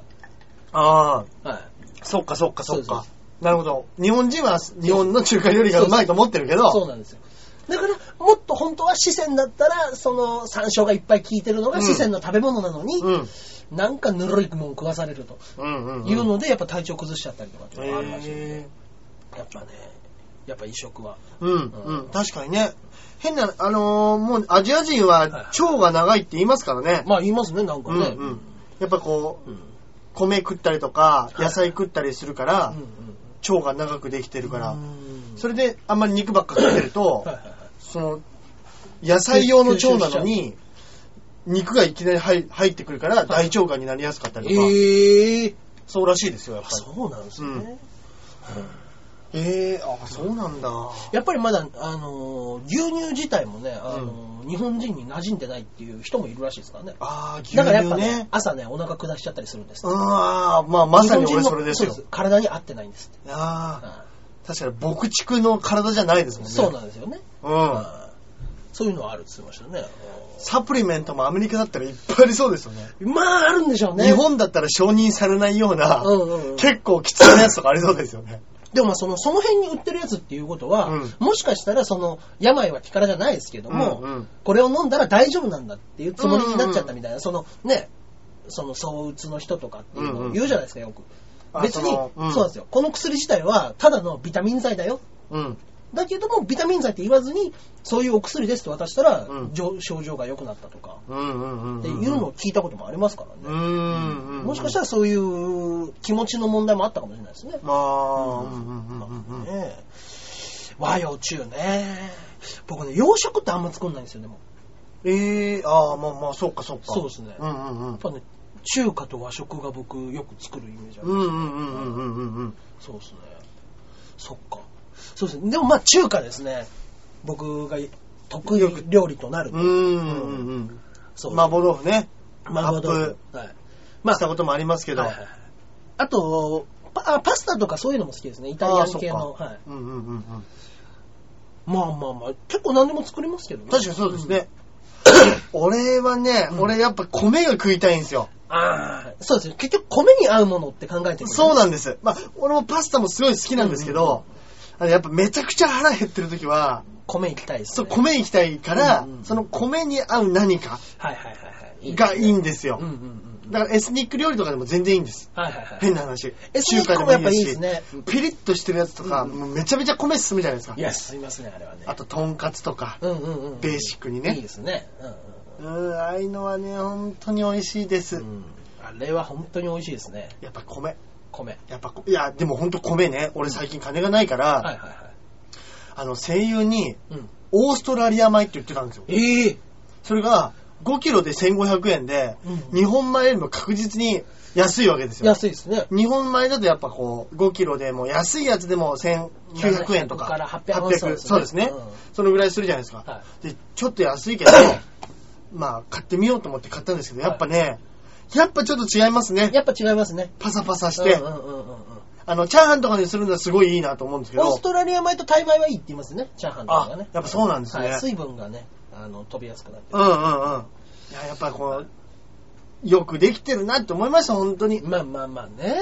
[SPEAKER 2] ああ
[SPEAKER 1] は
[SPEAKER 2] そっかそっかそっ
[SPEAKER 1] そうで
[SPEAKER 2] か。なるほど。日本人は日本の中華料理がうまいと思ってるけ
[SPEAKER 1] い、
[SPEAKER 2] ど、
[SPEAKER 1] そうなんですよ。だから、もっと本当は四川だったら、その山椒がいっぱい効いてるのが四川の食べ物なのに、
[SPEAKER 2] うん。
[SPEAKER 1] なんかぬるいもん食わされると
[SPEAKER 2] うんうん、うん。
[SPEAKER 1] いうので、やっぱ体調崩しちゃったりとかっていうのがあるらしいんで、
[SPEAKER 2] へ
[SPEAKER 1] やっぱね、やっぱ移植は。
[SPEAKER 2] ーうん、うん。確かにね。変な、あのーもうアジア人は腸が長いって言いますからね。
[SPEAKER 1] まあ言いますね、なんか
[SPEAKER 2] うんう
[SPEAKER 1] ね。
[SPEAKER 2] ん。やっぱこう、
[SPEAKER 1] うん
[SPEAKER 2] 米食ったりとか、野菜食ったりするから、
[SPEAKER 1] うん
[SPEAKER 2] 腸が長くできてるから
[SPEAKER 1] う、ん
[SPEAKER 2] それであんまり肉ばっか食ってると
[SPEAKER 1] はい、はいはい
[SPEAKER 2] その、野菜用の腸なのに、肉がいきなり入入ってくるから大腸がんになりやすかったりとか、
[SPEAKER 1] ええ
[SPEAKER 2] そうらしいですよ、やっぱり。
[SPEAKER 1] そうなんですね、
[SPEAKER 2] うんええあ、そうなんだ。
[SPEAKER 1] やっぱりまだ、あのー牛乳自体もね、あのー日本人に馴染んでないっていう人もいるらしいですからね。
[SPEAKER 2] ああ、牛
[SPEAKER 1] だからやっ
[SPEAKER 2] 乳
[SPEAKER 1] ぱね
[SPEAKER 2] ね。
[SPEAKER 1] 朝ね、お腹下しちゃったりするんですって。
[SPEAKER 2] ああ、まあ、まさに俺それですよ
[SPEAKER 1] 日本人のそう。体に合ってないんですって。
[SPEAKER 2] ああ、
[SPEAKER 1] は
[SPEAKER 2] 確かに牧畜の体じゃないです
[SPEAKER 1] い
[SPEAKER 2] もんね。
[SPEAKER 1] そうなんですよね、
[SPEAKER 2] うん。
[SPEAKER 1] はいそういうのはあるって言ってましたね。
[SPEAKER 2] サプリメントもアメリカだったらいっぱいありそうですよね。
[SPEAKER 1] まあ、あるんでしょうね。
[SPEAKER 2] 日本だったら承認されないような、
[SPEAKER 1] うんうんうん
[SPEAKER 2] 結構きついやつとかありそうですよね。
[SPEAKER 1] でもまあその、その辺に売ってるやつっていうことは、
[SPEAKER 2] うん
[SPEAKER 1] もしかしたらその、病は気からじゃないですけども、
[SPEAKER 2] うんうん
[SPEAKER 1] これを飲んだら大丈夫なんだっていうつもりになっちゃったみたいな、そのね、その、相うつの人とかっていうのを言うじゃないですか、よく。
[SPEAKER 2] あ
[SPEAKER 1] 別に、
[SPEAKER 2] そ
[SPEAKER 1] そ,、
[SPEAKER 2] のうん
[SPEAKER 1] うなんですよ。この薬自体は、ただのビタミン剤だよ。
[SPEAKER 2] うん。
[SPEAKER 1] だけども、ビタミン剤って言わずに、そういうお薬ですと渡したら、
[SPEAKER 2] うん
[SPEAKER 1] じょ症状が良くなったとか、
[SPEAKER 2] うんうんうん。
[SPEAKER 1] っていうのを聞いたこともありますからね。
[SPEAKER 2] うんうんうん。
[SPEAKER 1] もしかしたらそういう気持ちの問題もあったかもしれないですね。
[SPEAKER 2] まあ、うんうんうんうんうん。
[SPEAKER 1] ねえ和洋中ね。僕ね、洋食ってあんま作んないんですよ、でも。
[SPEAKER 2] ええああ、まあまあ、そっかそっか。
[SPEAKER 1] そうですね
[SPEAKER 2] うんうんうん
[SPEAKER 1] やっ。ぱね、中華と和食が僕よく作るイメージある。
[SPEAKER 2] うんうんうんうんうんうんうん。
[SPEAKER 1] そうですね。そっか。そうですね。でもまあ中華ですね。僕が得意料理となる
[SPEAKER 2] う。んうんうん。
[SPEAKER 1] そう。
[SPEAKER 2] 麻婆豆腐ね。
[SPEAKER 1] 麻婆豆腐。はい。まあ、
[SPEAKER 2] したこともありますけど。
[SPEAKER 1] はいはいはいあと、パあパスタとかそういうのも好きですね。イタリアン系の。
[SPEAKER 2] あーそっか
[SPEAKER 1] はい。
[SPEAKER 2] うんうんうんうん。
[SPEAKER 1] まあまあまあ、結構何でも作りますけどね。
[SPEAKER 2] 確かにそうです
[SPEAKER 1] <coughs>
[SPEAKER 2] ね。 <coughs> 俺はね、俺やっぱ米が食いたいんですよ。
[SPEAKER 1] ああ、そうですよ。結局、米に合うものって考えてる、
[SPEAKER 2] そう
[SPEAKER 1] だ。
[SPEAKER 2] なんです。まあ、俺もパスタもすごい好きなんですけど、あのやっぱめちゃくちゃ腹減ってる時は、
[SPEAKER 1] 米行きたいです、
[SPEAKER 2] そう、
[SPEAKER 1] ね。
[SPEAKER 2] 米行きたいから、
[SPEAKER 1] うんうん
[SPEAKER 2] その米に合う何か
[SPEAKER 1] はいはいはいはい。
[SPEAKER 2] がいいん
[SPEAKER 1] で
[SPEAKER 2] です
[SPEAKER 1] すね
[SPEAKER 2] よ
[SPEAKER 1] うん。うんうん。
[SPEAKER 2] だからエスニック料理とかでも全然いいんです。
[SPEAKER 1] はいはいはい。
[SPEAKER 2] 変な話。
[SPEAKER 1] エスニックもやっぱいいですね
[SPEAKER 2] 中華でもいいですしピリッとしてるやつとか、
[SPEAKER 1] うんうん
[SPEAKER 2] もうめちゃめちゃ米進むじゃないですか
[SPEAKER 1] い。や、すいますね、あれはね。
[SPEAKER 2] あと、とんかつとか。
[SPEAKER 1] うんうんうん。
[SPEAKER 2] ベーシックにね
[SPEAKER 1] いいですね。うんうん
[SPEAKER 2] うん、ああいうのはね、本当に美味しいです。
[SPEAKER 1] うん。うんあれは本当に美味しいですね。
[SPEAKER 2] やっぱ米。
[SPEAKER 1] 米。
[SPEAKER 2] やっぱこ、いや、でも本当米ね。俺最近金がないから、
[SPEAKER 1] はいはいは
[SPEAKER 2] あの、声優に、
[SPEAKER 1] い。うん。
[SPEAKER 2] オーストラリア米って言ってたんですよ。
[SPEAKER 1] ええ
[SPEAKER 2] それが、 5キロで1500円で、
[SPEAKER 1] うん
[SPEAKER 2] 日本米よりも確実に安いわけですよ。
[SPEAKER 1] 安いですね。
[SPEAKER 2] 日本米だとやっぱこう、5キロでもう安いやつでも1900円とか。
[SPEAKER 1] 700から800円
[SPEAKER 2] そうですね
[SPEAKER 1] うん。
[SPEAKER 2] そのぐらいするじゃないですか。
[SPEAKER 1] は
[SPEAKER 2] で、ちょっと安いけど、まあ、買ってみようと思って買ったんですけど、やっぱね、やっぱちょっと違いますね。
[SPEAKER 1] やっぱ違いますね。
[SPEAKER 2] パサパサして、
[SPEAKER 1] うんうんうんうんうん
[SPEAKER 2] あの、チャーハンとかにするのはすごいいいなと思うんですけ
[SPEAKER 1] オー
[SPEAKER 2] ど
[SPEAKER 1] ス、トラリア米とタイ米はいいって言いますね、チャーハンとかがね
[SPEAKER 2] あ。やっぱそうなんですね
[SPEAKER 1] はい水分がね、あの、飛びやすくなって。
[SPEAKER 2] うんうんうん。いや、やっぱこう、よくできてるなって思いました、本当に。
[SPEAKER 1] まあまあまあね。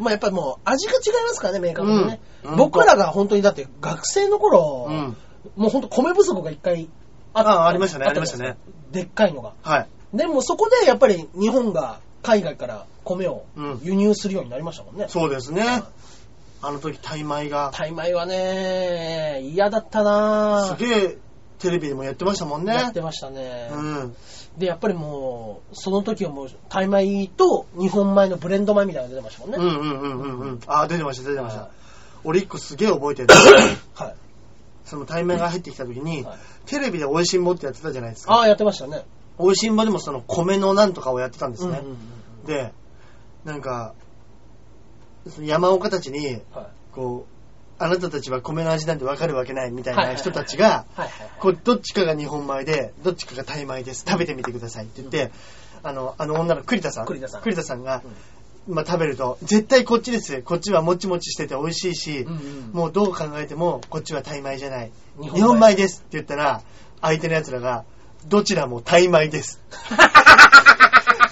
[SPEAKER 1] まあやっぱりもう味が違いますからね、明確にね。
[SPEAKER 2] うん
[SPEAKER 1] 僕らが本当にだって学生の頃、
[SPEAKER 2] うん。
[SPEAKER 1] もう本当米不足が一回あった
[SPEAKER 2] あありましたね
[SPEAKER 1] ったじゃないですかでっかいのが。
[SPEAKER 2] はい。
[SPEAKER 1] でもそこでやっぱり日本が海外から米を
[SPEAKER 2] うん
[SPEAKER 1] 輸入するようになりましたもんね。
[SPEAKER 2] そうですね。あの時、タイ米が。
[SPEAKER 1] タイ米はね、嫌だったな
[SPEAKER 2] すげえ、テレビでもやってましたもん
[SPEAKER 1] やっ
[SPEAKER 2] ね。
[SPEAKER 1] てましたね。
[SPEAKER 2] うん。
[SPEAKER 1] で、やっぱりもう、その時はもう、タイ米と日本米のブレンド米みたいなの出てましたもんね。
[SPEAKER 2] うんうんうんうんうん。あ、出てました、出てまし
[SPEAKER 1] は
[SPEAKER 2] た
[SPEAKER 1] い。
[SPEAKER 2] 俺一個すげえ覚え
[SPEAKER 1] <coughs>
[SPEAKER 2] てる。
[SPEAKER 1] はい。
[SPEAKER 2] その対面が入ってきた時に
[SPEAKER 1] はい、
[SPEAKER 2] テレビで美味しんぼってやってたじゃないです
[SPEAKER 1] あ
[SPEAKER 2] か。
[SPEAKER 1] あ、やってましたね。
[SPEAKER 2] 美味しんぼでもその米のなんとかをやってたんですね
[SPEAKER 1] うんうん。
[SPEAKER 2] で、なんか、その山岡たちに、
[SPEAKER 1] うんは
[SPEAKER 2] こう、あなたたちは米の味なんてわかるわけないみたい
[SPEAKER 1] はい
[SPEAKER 2] な
[SPEAKER 1] はいはい
[SPEAKER 2] 人たちが、
[SPEAKER 1] い。はいはいはい。
[SPEAKER 2] こうどっちかが日本米で、どっちかがタイ米です。食べてみてくださいって言って、あの、あの女の栗田さん。
[SPEAKER 1] 栗田さん
[SPEAKER 2] が、まあ食べると、絶対こっちです。こっちはもちもちしてて美味しいし、
[SPEAKER 1] うんうん
[SPEAKER 2] もうどう考えても、こっちはタイ米じゃない。日
[SPEAKER 1] 日本米
[SPEAKER 2] 本米ですって言ったら、相手の奴らが、どちらもタイ米
[SPEAKER 1] <laughs>
[SPEAKER 2] です。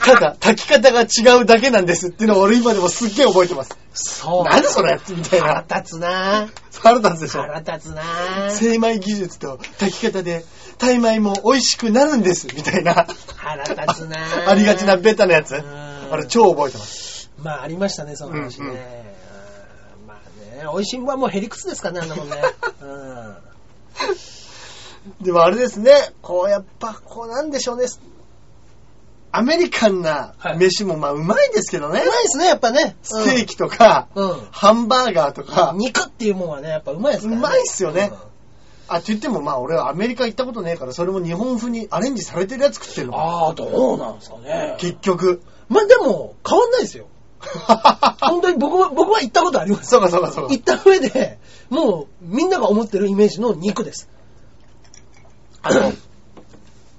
[SPEAKER 2] ただ、炊き方が違うだけなんですっていうのを俺今でもすっげえ覚えてます。
[SPEAKER 1] そう。
[SPEAKER 2] なんでそれみたいな。
[SPEAKER 1] 腹立つなぁ
[SPEAKER 2] 腹立つでしょ。
[SPEAKER 1] 腹立つなぁ
[SPEAKER 2] 精米技術と炊き方で、タイ米も美味しくなるんです、みたいな。
[SPEAKER 1] 腹立つな
[SPEAKER 2] <laughs>
[SPEAKER 1] ぁ
[SPEAKER 2] ありがちなベタなやつ。
[SPEAKER 1] うん
[SPEAKER 2] あれ超覚えてます。
[SPEAKER 1] まあ、ありましたね、その話ね。
[SPEAKER 2] うんうん
[SPEAKER 1] うんまあね、美味しんぼはもうヘリクスですからね、あんな
[SPEAKER 2] <laughs>
[SPEAKER 1] もんね。うん。
[SPEAKER 2] でもあれですね、こうやっぱ、こうなんでしょうね。アメリカンな
[SPEAKER 1] はい
[SPEAKER 2] 飯もまあうまいですけどね。
[SPEAKER 1] うまいですね、やっぱね。
[SPEAKER 2] ステーキとか、
[SPEAKER 1] うん。
[SPEAKER 2] ハンバーガーとか、
[SPEAKER 1] 肉っていうもんはね、やっぱうまいですからね。
[SPEAKER 2] うまいっすよね
[SPEAKER 1] うん
[SPEAKER 2] あ、って言ってもまあ俺はアメリカ行ったことねえから、それも日本風にアレンジされてるやつ食ってるのか。
[SPEAKER 1] ああ、どうなんですかね。
[SPEAKER 2] 結
[SPEAKER 1] <laughs>
[SPEAKER 2] 局。
[SPEAKER 1] まあでも、変わんないですよ。本当に僕は、僕は行ったことあります。
[SPEAKER 2] そうかそうかそうか
[SPEAKER 1] 行っ。た上で、もう、みんなが思ってるイメージの肉です。あの、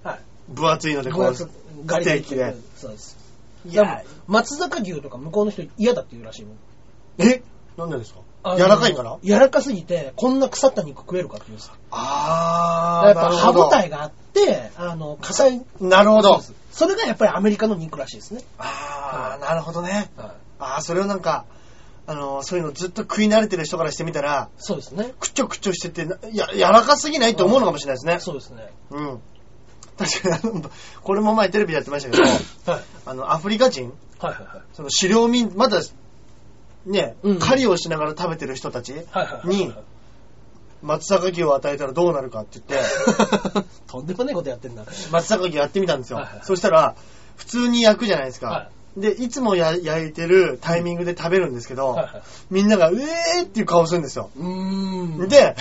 [SPEAKER 1] はい。
[SPEAKER 2] 分厚いのでこ
[SPEAKER 1] 分
[SPEAKER 2] う、
[SPEAKER 1] 厚
[SPEAKER 2] ス
[SPEAKER 1] くガリガ
[SPEAKER 2] テ
[SPEAKER 1] リ
[SPEAKER 2] ーキで。。
[SPEAKER 1] そうです。
[SPEAKER 2] い
[SPEAKER 1] でも
[SPEAKER 2] や、
[SPEAKER 1] 松坂牛とか向こうの人嫌だって言うらしいもん。
[SPEAKER 2] えなんでですか
[SPEAKER 1] あの
[SPEAKER 2] 柔らかいから
[SPEAKER 1] 柔らかすぎて、こんな腐った肉食えるかって言うんですよ
[SPEAKER 2] あー、
[SPEAKER 1] やっぱ歯応
[SPEAKER 2] なる
[SPEAKER 1] えがあって、あの、硬い。
[SPEAKER 2] ほど。なるほど。
[SPEAKER 1] それがやっぱりアメリカの肉らしいですね。
[SPEAKER 2] あー、なるほどね。
[SPEAKER 1] はい。
[SPEAKER 2] あー、それをなんか、あのー、そういうのずっと食い慣れてる人からしてみたら、
[SPEAKER 1] そうですね。
[SPEAKER 2] くちょくちょしてて、ないや、柔らかすぎないって思うのかもしれないですね。
[SPEAKER 1] そうですね。
[SPEAKER 2] うん。確かにあの、これも前テレビでやってましたけど、
[SPEAKER 1] はい。
[SPEAKER 2] あの、アフリカ人、
[SPEAKER 1] はいはいはい。
[SPEAKER 2] その狩猟民、まだ、ね、
[SPEAKER 1] うん
[SPEAKER 2] 狩りをしながら食べてる人たち
[SPEAKER 1] はいはいはいはい
[SPEAKER 2] に、松阪牛を与えたらどうなるかって
[SPEAKER 1] <laughs>
[SPEAKER 2] 言って、
[SPEAKER 1] とんでもないことやってんだ。
[SPEAKER 2] 松阪牛やってみたんですよ。
[SPEAKER 1] はいはい
[SPEAKER 2] そしたら、普通に焼くじゃないですか。
[SPEAKER 1] は
[SPEAKER 2] で、いつもや焼いてるタイミングで食べるんですけど、
[SPEAKER 1] はいはい
[SPEAKER 2] みんなが、うえーっていう顔するんですよ。
[SPEAKER 1] うーん。
[SPEAKER 2] で、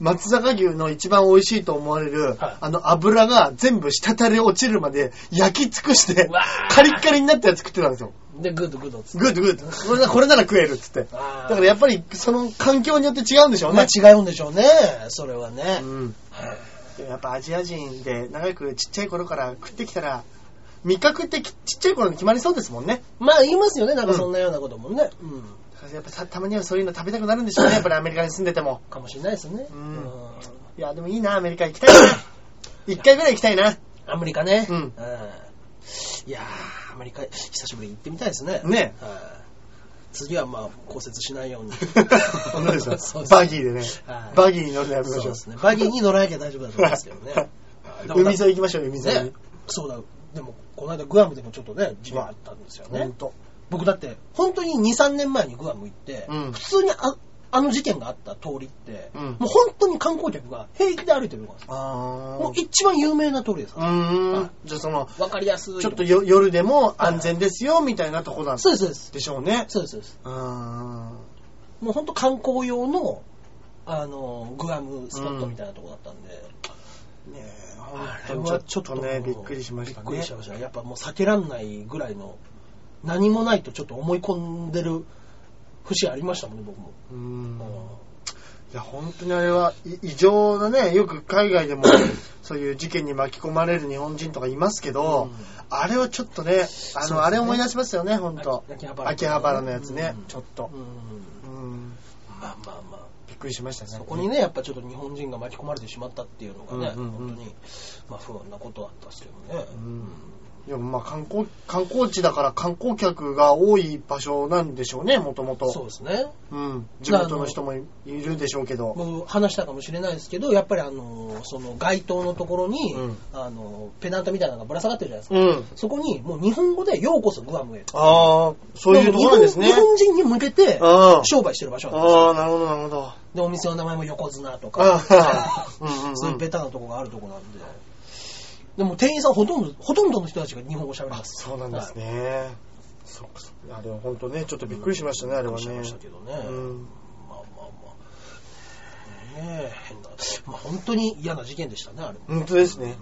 [SPEAKER 2] 松阪牛の一番美味しいと思われる、
[SPEAKER 1] はい
[SPEAKER 2] あの油が全部滴り落ちるまで焼き尽くして
[SPEAKER 1] うわ、ー
[SPEAKER 2] カリッカリになったやつ食ってたんですよ。
[SPEAKER 1] で、グードグードっつって。
[SPEAKER 2] グーとグーと。これなこれなら食えるっつって。だ
[SPEAKER 1] あー
[SPEAKER 2] からやっぱりその環境によって違うんでしょう
[SPEAKER 1] まあ
[SPEAKER 2] ね。
[SPEAKER 1] 違うんでしょうね。それはね。
[SPEAKER 2] うん
[SPEAKER 1] はい
[SPEAKER 2] やっぱアジア人で長くちっちゃい頃から食ってきたら、味覚ってきちっちゃい頃に決まりそうですもんね。
[SPEAKER 1] まあ言いますよね。なんかそんなようなこともね。うん。
[SPEAKER 2] だからやっぱさたまにはそういうの食べたくなるんでしょう
[SPEAKER 1] <laughs>
[SPEAKER 2] ね。やっぱりアメリカに住んでても。
[SPEAKER 1] かもしれないですね。
[SPEAKER 2] うん
[SPEAKER 1] うん
[SPEAKER 2] いや、でもいいな、アメリカ行き
[SPEAKER 1] <laughs>
[SPEAKER 2] たいな。一回ぐらい行きたいな。
[SPEAKER 1] アメリカね。
[SPEAKER 2] うん
[SPEAKER 1] いやー、アメリカ、久しぶりに行ってみたいですね。
[SPEAKER 2] ね。
[SPEAKER 1] はい次はまあ、骨折しないように
[SPEAKER 2] <laughs> 本当ですよ
[SPEAKER 1] <laughs> そう
[SPEAKER 2] バギーでね
[SPEAKER 1] は。い
[SPEAKER 2] バギーに乗るのやめま
[SPEAKER 1] そう
[SPEAKER 2] しょう
[SPEAKER 1] で。すね。バギーに乗らなきゃ大丈夫だと思うんですけ
[SPEAKER 2] <laughs>
[SPEAKER 1] どね
[SPEAKER 2] はい。
[SPEAKER 1] は
[SPEAKER 2] 海
[SPEAKER 1] い
[SPEAKER 2] 沿い行きましょう、海沿い
[SPEAKER 1] ね
[SPEAKER 2] に。、
[SPEAKER 1] そうだ、でも、この間グアムでもちょっとね、事件あったんですよ
[SPEAKER 2] ほん
[SPEAKER 1] ね。
[SPEAKER 2] と。
[SPEAKER 1] 僕だって、本当に2、3年前にグアム行って、
[SPEAKER 2] うん
[SPEAKER 1] 普通にああの事件があった通りって、
[SPEAKER 2] うん
[SPEAKER 1] もう本当に観光客が平気で歩いてるのが、
[SPEAKER 2] あ
[SPEAKER 1] もう
[SPEAKER 2] ー。
[SPEAKER 1] 一番有名な通りです
[SPEAKER 2] う
[SPEAKER 1] から
[SPEAKER 2] ー
[SPEAKER 1] は
[SPEAKER 2] ん。じゃあその、
[SPEAKER 1] わかりやすい。
[SPEAKER 2] ちょっとよ夜でも安全ですよ、みたいなとこなん
[SPEAKER 1] そうです、そうです。
[SPEAKER 2] でしょうね。
[SPEAKER 1] そうです、そうです。
[SPEAKER 2] うーん。
[SPEAKER 1] もう本当観光用の、あの、グアムスポットみたいなとこだったんで、
[SPEAKER 2] ねえ、
[SPEAKER 1] あれ
[SPEAKER 2] 本当
[SPEAKER 1] は
[SPEAKER 2] にちょっとね、びっくりしました
[SPEAKER 1] びっく
[SPEAKER 2] ね
[SPEAKER 1] り。しました。やっぱもう避けらんないぐらいの、何もないとちょっと思い込んでる節ありましたもんね、僕も。
[SPEAKER 2] うん
[SPEAKER 1] うん
[SPEAKER 2] いや、本当にあれはい異常なね、よく海外でもそういう事件に巻き込まれる日本人とかいますけど、
[SPEAKER 1] うん
[SPEAKER 2] あれはちょっとね、あの、
[SPEAKER 1] そうですね
[SPEAKER 2] あれ思い出しますよね、本当
[SPEAKER 1] 秋
[SPEAKER 2] 秋葉原のやつね、ちょっと
[SPEAKER 1] う、ん
[SPEAKER 2] うん。
[SPEAKER 1] まあまあまあ。
[SPEAKER 2] びっくりしましたね。
[SPEAKER 1] そこにね、やっぱちょっと日本人が巻き込まれてしまったっていうのがね、
[SPEAKER 2] うんうんうん
[SPEAKER 1] 本当に、まあ不安なことだったんですけどね。
[SPEAKER 2] うんいや、まあ観光、観光地だから観光客が多い場所なんでしょうね、もともと。
[SPEAKER 1] そうですね。
[SPEAKER 2] うん。地元の人もいいるでしょうけど。
[SPEAKER 1] もう話したかもしれないですけど、やっぱりあの、その街灯のところに、
[SPEAKER 2] うん
[SPEAKER 1] あの、ペナントみたいなのがぶら下がってるじゃないですか。
[SPEAKER 2] うん。
[SPEAKER 1] そこに、もう日本語で、ようこそグアムへ。
[SPEAKER 2] ああ、そういうところなんですね。
[SPEAKER 1] 日本日本人に向けて
[SPEAKER 2] ああ
[SPEAKER 1] 商売してる場所なんですよ
[SPEAKER 2] ああ、なるほど、なるほど。
[SPEAKER 1] で、お店の名前も横綱と
[SPEAKER 2] あ
[SPEAKER 1] か <laughs>
[SPEAKER 2] あ、うんうんうん
[SPEAKER 1] そういうベタなとこがあるとこなんで。でも店員さんほとんど、ほとんどの人たちが日本語喋り
[SPEAKER 2] あ
[SPEAKER 1] ます。
[SPEAKER 2] そうなんですね。そっかそっか。あれは本当ね、ちょっとびっくりしましたね、あれは
[SPEAKER 1] びっくり
[SPEAKER 2] ね
[SPEAKER 1] しました。けどね。
[SPEAKER 2] うん
[SPEAKER 1] まあまあまあ。ねえ、変な。まあ本当に嫌な事件でしたね、あれも。
[SPEAKER 2] 本当ですね。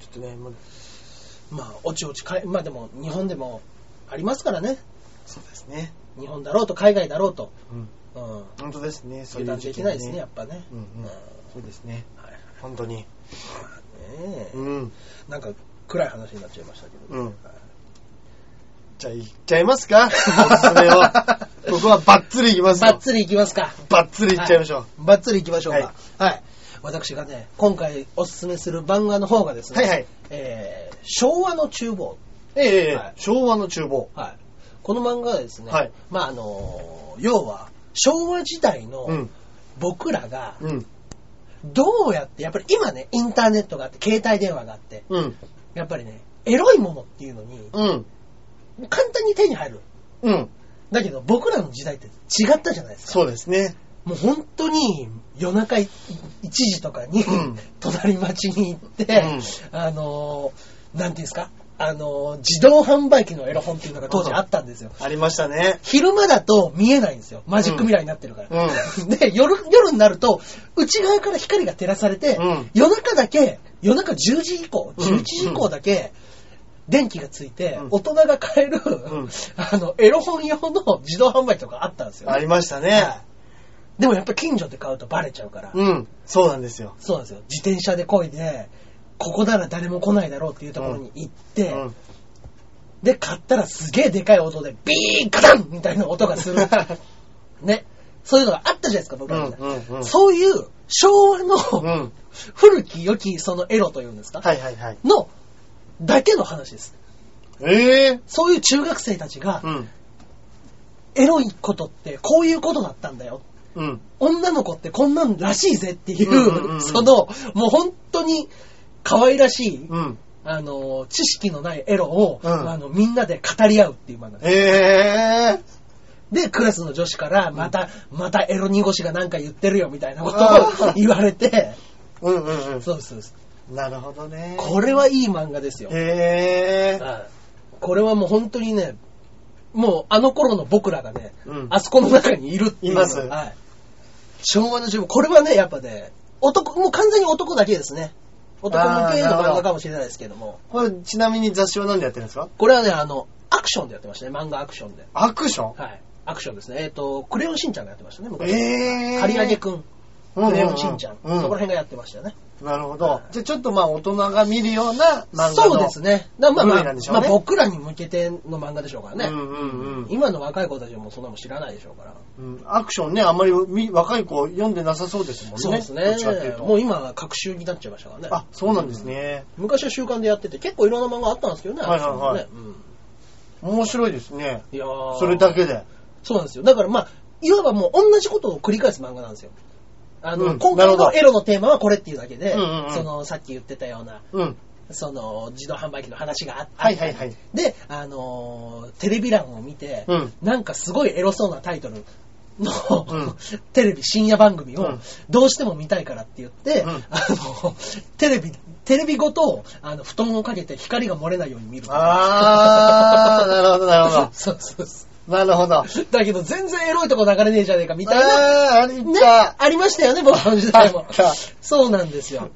[SPEAKER 2] ちょっとね、まあ
[SPEAKER 1] まあ、おちおちかえ、まあでも、日本でもありますからね。
[SPEAKER 2] そうですね。
[SPEAKER 1] 日本だろうと、海外だろうと。
[SPEAKER 2] うん。
[SPEAKER 1] うん。
[SPEAKER 2] 本当ですね、そうい
[SPEAKER 1] 油
[SPEAKER 2] う
[SPEAKER 1] 断
[SPEAKER 2] 事
[SPEAKER 1] でき
[SPEAKER 2] 件
[SPEAKER 1] ないですね、やっぱね。
[SPEAKER 2] うんうん
[SPEAKER 1] はい
[SPEAKER 2] そうですね。
[SPEAKER 1] はいね
[SPEAKER 2] 本当に。
[SPEAKER 1] え
[SPEAKER 2] うん。
[SPEAKER 1] なんか、暗い話になっちゃいましたけど。
[SPEAKER 2] うん
[SPEAKER 1] はい
[SPEAKER 2] じゃあ、行っちゃいますかおすすめ
[SPEAKER 1] <laughs>
[SPEAKER 2] を。ここはバッツリ行きます
[SPEAKER 1] バッ
[SPEAKER 2] よ。
[SPEAKER 1] ツリいきますか。
[SPEAKER 2] バッツリ行っちゃいましょう。
[SPEAKER 1] はいバッツリいきましょうか。はい。私がね、今回おすすめする漫画の方がですね、
[SPEAKER 2] はいはい
[SPEAKER 1] えー昭和の厨房。
[SPEAKER 2] ええええ
[SPEAKER 1] はい
[SPEAKER 2] 昭和の厨房。
[SPEAKER 1] はい。この漫画はですね、
[SPEAKER 2] はい
[SPEAKER 1] まああのー要は、昭和時代
[SPEAKER 2] う
[SPEAKER 1] の
[SPEAKER 2] ん。
[SPEAKER 1] 僕らが、
[SPEAKER 2] うん。
[SPEAKER 1] どうやって、やっぱり今ね、インターネットがあって、携帯電話があって、
[SPEAKER 2] うん。
[SPEAKER 1] やっぱりね、エロいものっていうのに、
[SPEAKER 2] うん。
[SPEAKER 1] 簡単に手に入る。
[SPEAKER 2] うん。
[SPEAKER 1] だけど、僕らの時代って違ったじゃないですか。
[SPEAKER 2] そうですね。
[SPEAKER 1] もう本当に夜中1時とかに、
[SPEAKER 2] うん
[SPEAKER 1] 隣町に行って、
[SPEAKER 2] う
[SPEAKER 1] あのーなんていうんですか、あのー自動販売機のエロ本っていうのが当時あったんですよ。
[SPEAKER 2] ありましたね。
[SPEAKER 1] 昼間だと見えないんですよ。マジックミラーになってるから。
[SPEAKER 2] う
[SPEAKER 1] <laughs> で、夜、夜になると、内側から光が照らされて、
[SPEAKER 2] うん
[SPEAKER 1] 夜中だけ、夜中10時以降、
[SPEAKER 2] うん
[SPEAKER 1] 11時以降だけ、電気がついて、
[SPEAKER 2] うん
[SPEAKER 1] 大人が買える、
[SPEAKER 2] ん
[SPEAKER 1] <laughs> あの、エロ本用の自動販売機とかあったんですよ。
[SPEAKER 2] ありましたね。
[SPEAKER 1] でもやっぱ近所で買うとバレちゃうから、
[SPEAKER 2] うん。そうなんですよ。
[SPEAKER 1] そうなんですよ。自転車で漕いで、ここなら誰も来ないだろうっていうところに行って、
[SPEAKER 2] うん。
[SPEAKER 1] で、買ったらすげえでかい音で、ビーガタンみたいな音が
[SPEAKER 2] <laughs>
[SPEAKER 1] する。ね。そういうのがあったじゃないですか、僕らの時代
[SPEAKER 2] うんうんうん
[SPEAKER 1] そういう昭和
[SPEAKER 2] う
[SPEAKER 1] の
[SPEAKER 2] ん。
[SPEAKER 1] 古き良きそのエロというんですか、
[SPEAKER 2] はいはいはい。
[SPEAKER 1] の、だけの話です。
[SPEAKER 2] ええ
[SPEAKER 1] そういう中学生たちが
[SPEAKER 2] う、ん。
[SPEAKER 1] エロいことってこういうことだったんだよ。
[SPEAKER 2] うん。
[SPEAKER 1] 女の子ってこんなんらしいぜっていう、
[SPEAKER 2] うんうんうんうん
[SPEAKER 1] その、もう本当に可愛らしい、
[SPEAKER 2] うん。
[SPEAKER 1] あの、知識のないエロを、
[SPEAKER 2] うん
[SPEAKER 1] あの、みんなで語り合うっていう漫画です。
[SPEAKER 2] ええ
[SPEAKER 1] で、クラスの女子から、また、またエロ濁しがなんか言ってるよみたいなこと
[SPEAKER 2] あ
[SPEAKER 1] を
[SPEAKER 2] ー
[SPEAKER 1] 言われて、
[SPEAKER 2] うんうんうん。
[SPEAKER 1] そうですそうです。
[SPEAKER 2] なるほどね。
[SPEAKER 1] これはいい漫画ですよ。
[SPEAKER 2] ええ
[SPEAKER 1] はいこれはもう本当にね、もうあの頃の僕らがね、
[SPEAKER 2] うん
[SPEAKER 1] あそこの中にいるっていう。
[SPEAKER 2] います
[SPEAKER 1] はい。昭和の自分、これはね、やっぱね、男、もう完全に男だけですね。男向けの漫画かもしれないですけども。
[SPEAKER 2] これ、ちなみに雑誌は何でやってるんですか
[SPEAKER 1] これはね、あの、アクションでやってましたね、漫画アクションで。
[SPEAKER 2] アクション
[SPEAKER 1] はい。アクションですね。えっ、と、クレヨンしんちゃんがやってましたね、昔。
[SPEAKER 2] ええ
[SPEAKER 1] 刈り上げくん、クレヨンしんちゃん、
[SPEAKER 2] うう
[SPEAKER 1] そこら辺がやってましたよね。
[SPEAKER 2] なるほ
[SPEAKER 1] は
[SPEAKER 2] ど。
[SPEAKER 1] い
[SPEAKER 2] じゃあちょっとまあ大人が見るような漫画の。
[SPEAKER 1] そうですね。だからまあ、
[SPEAKER 2] 部
[SPEAKER 1] ま
[SPEAKER 2] 位
[SPEAKER 1] あ
[SPEAKER 2] なんでしょう
[SPEAKER 1] ま
[SPEAKER 2] ね
[SPEAKER 1] あ僕らに向けての漫画でしょうからね。
[SPEAKER 2] うんうんうん
[SPEAKER 1] 今の若い子たちはもうそんなもん知らないでしょうから。
[SPEAKER 2] うん。アクションね、あんまりみ若い子読んでなさそうですもんね。
[SPEAKER 1] そうです
[SPEAKER 2] どっちかってい
[SPEAKER 1] ね
[SPEAKER 2] う。と
[SPEAKER 1] もう今は学習になっちゃいましたからね。
[SPEAKER 2] あ、そうなんですね。
[SPEAKER 1] 昔は習慣でやってて、結構いろんな漫画あったんですけどね。
[SPEAKER 2] はいはいはい
[SPEAKER 1] アクションもね
[SPEAKER 2] 面白いですね。
[SPEAKER 1] うん、いやー
[SPEAKER 2] それだけで。
[SPEAKER 1] そうなんですよ。だからまあ、いわばもう同じことを繰り返す漫画なんですよ。あの、
[SPEAKER 2] うん
[SPEAKER 1] 今
[SPEAKER 2] なるほ
[SPEAKER 1] 回
[SPEAKER 2] ど
[SPEAKER 1] のエロのテーマはこれっていうだけで、
[SPEAKER 2] うんうんうん
[SPEAKER 1] その、さっき言ってたような、
[SPEAKER 2] うん。
[SPEAKER 1] その、自動販売機の話があって、
[SPEAKER 2] はいはいはい。
[SPEAKER 1] で、あのーテレビ欄を見て、
[SPEAKER 2] うん
[SPEAKER 1] なんかすごいエロそうなタイトルの、
[SPEAKER 2] うん
[SPEAKER 1] <laughs> テレビ深夜番組
[SPEAKER 2] う
[SPEAKER 1] を
[SPEAKER 2] ん
[SPEAKER 1] どうしても見たいからって言って、
[SPEAKER 2] うん
[SPEAKER 1] あの、テレビ、テレビごと、あの、布団をかけて光が漏れないように見る。
[SPEAKER 2] あー、なるほどなるほ
[SPEAKER 1] <laughs> そうそうそ
[SPEAKER 2] ど。なるほど。
[SPEAKER 1] う。だけど全然エロいとこ流れねえじゃねえかみたい
[SPEAKER 2] あー、
[SPEAKER 1] な。
[SPEAKER 2] あれいっ
[SPEAKER 1] ね、
[SPEAKER 2] た。
[SPEAKER 1] ありましたよね、僕の時代も
[SPEAKER 2] あった。
[SPEAKER 1] そうなんですよ。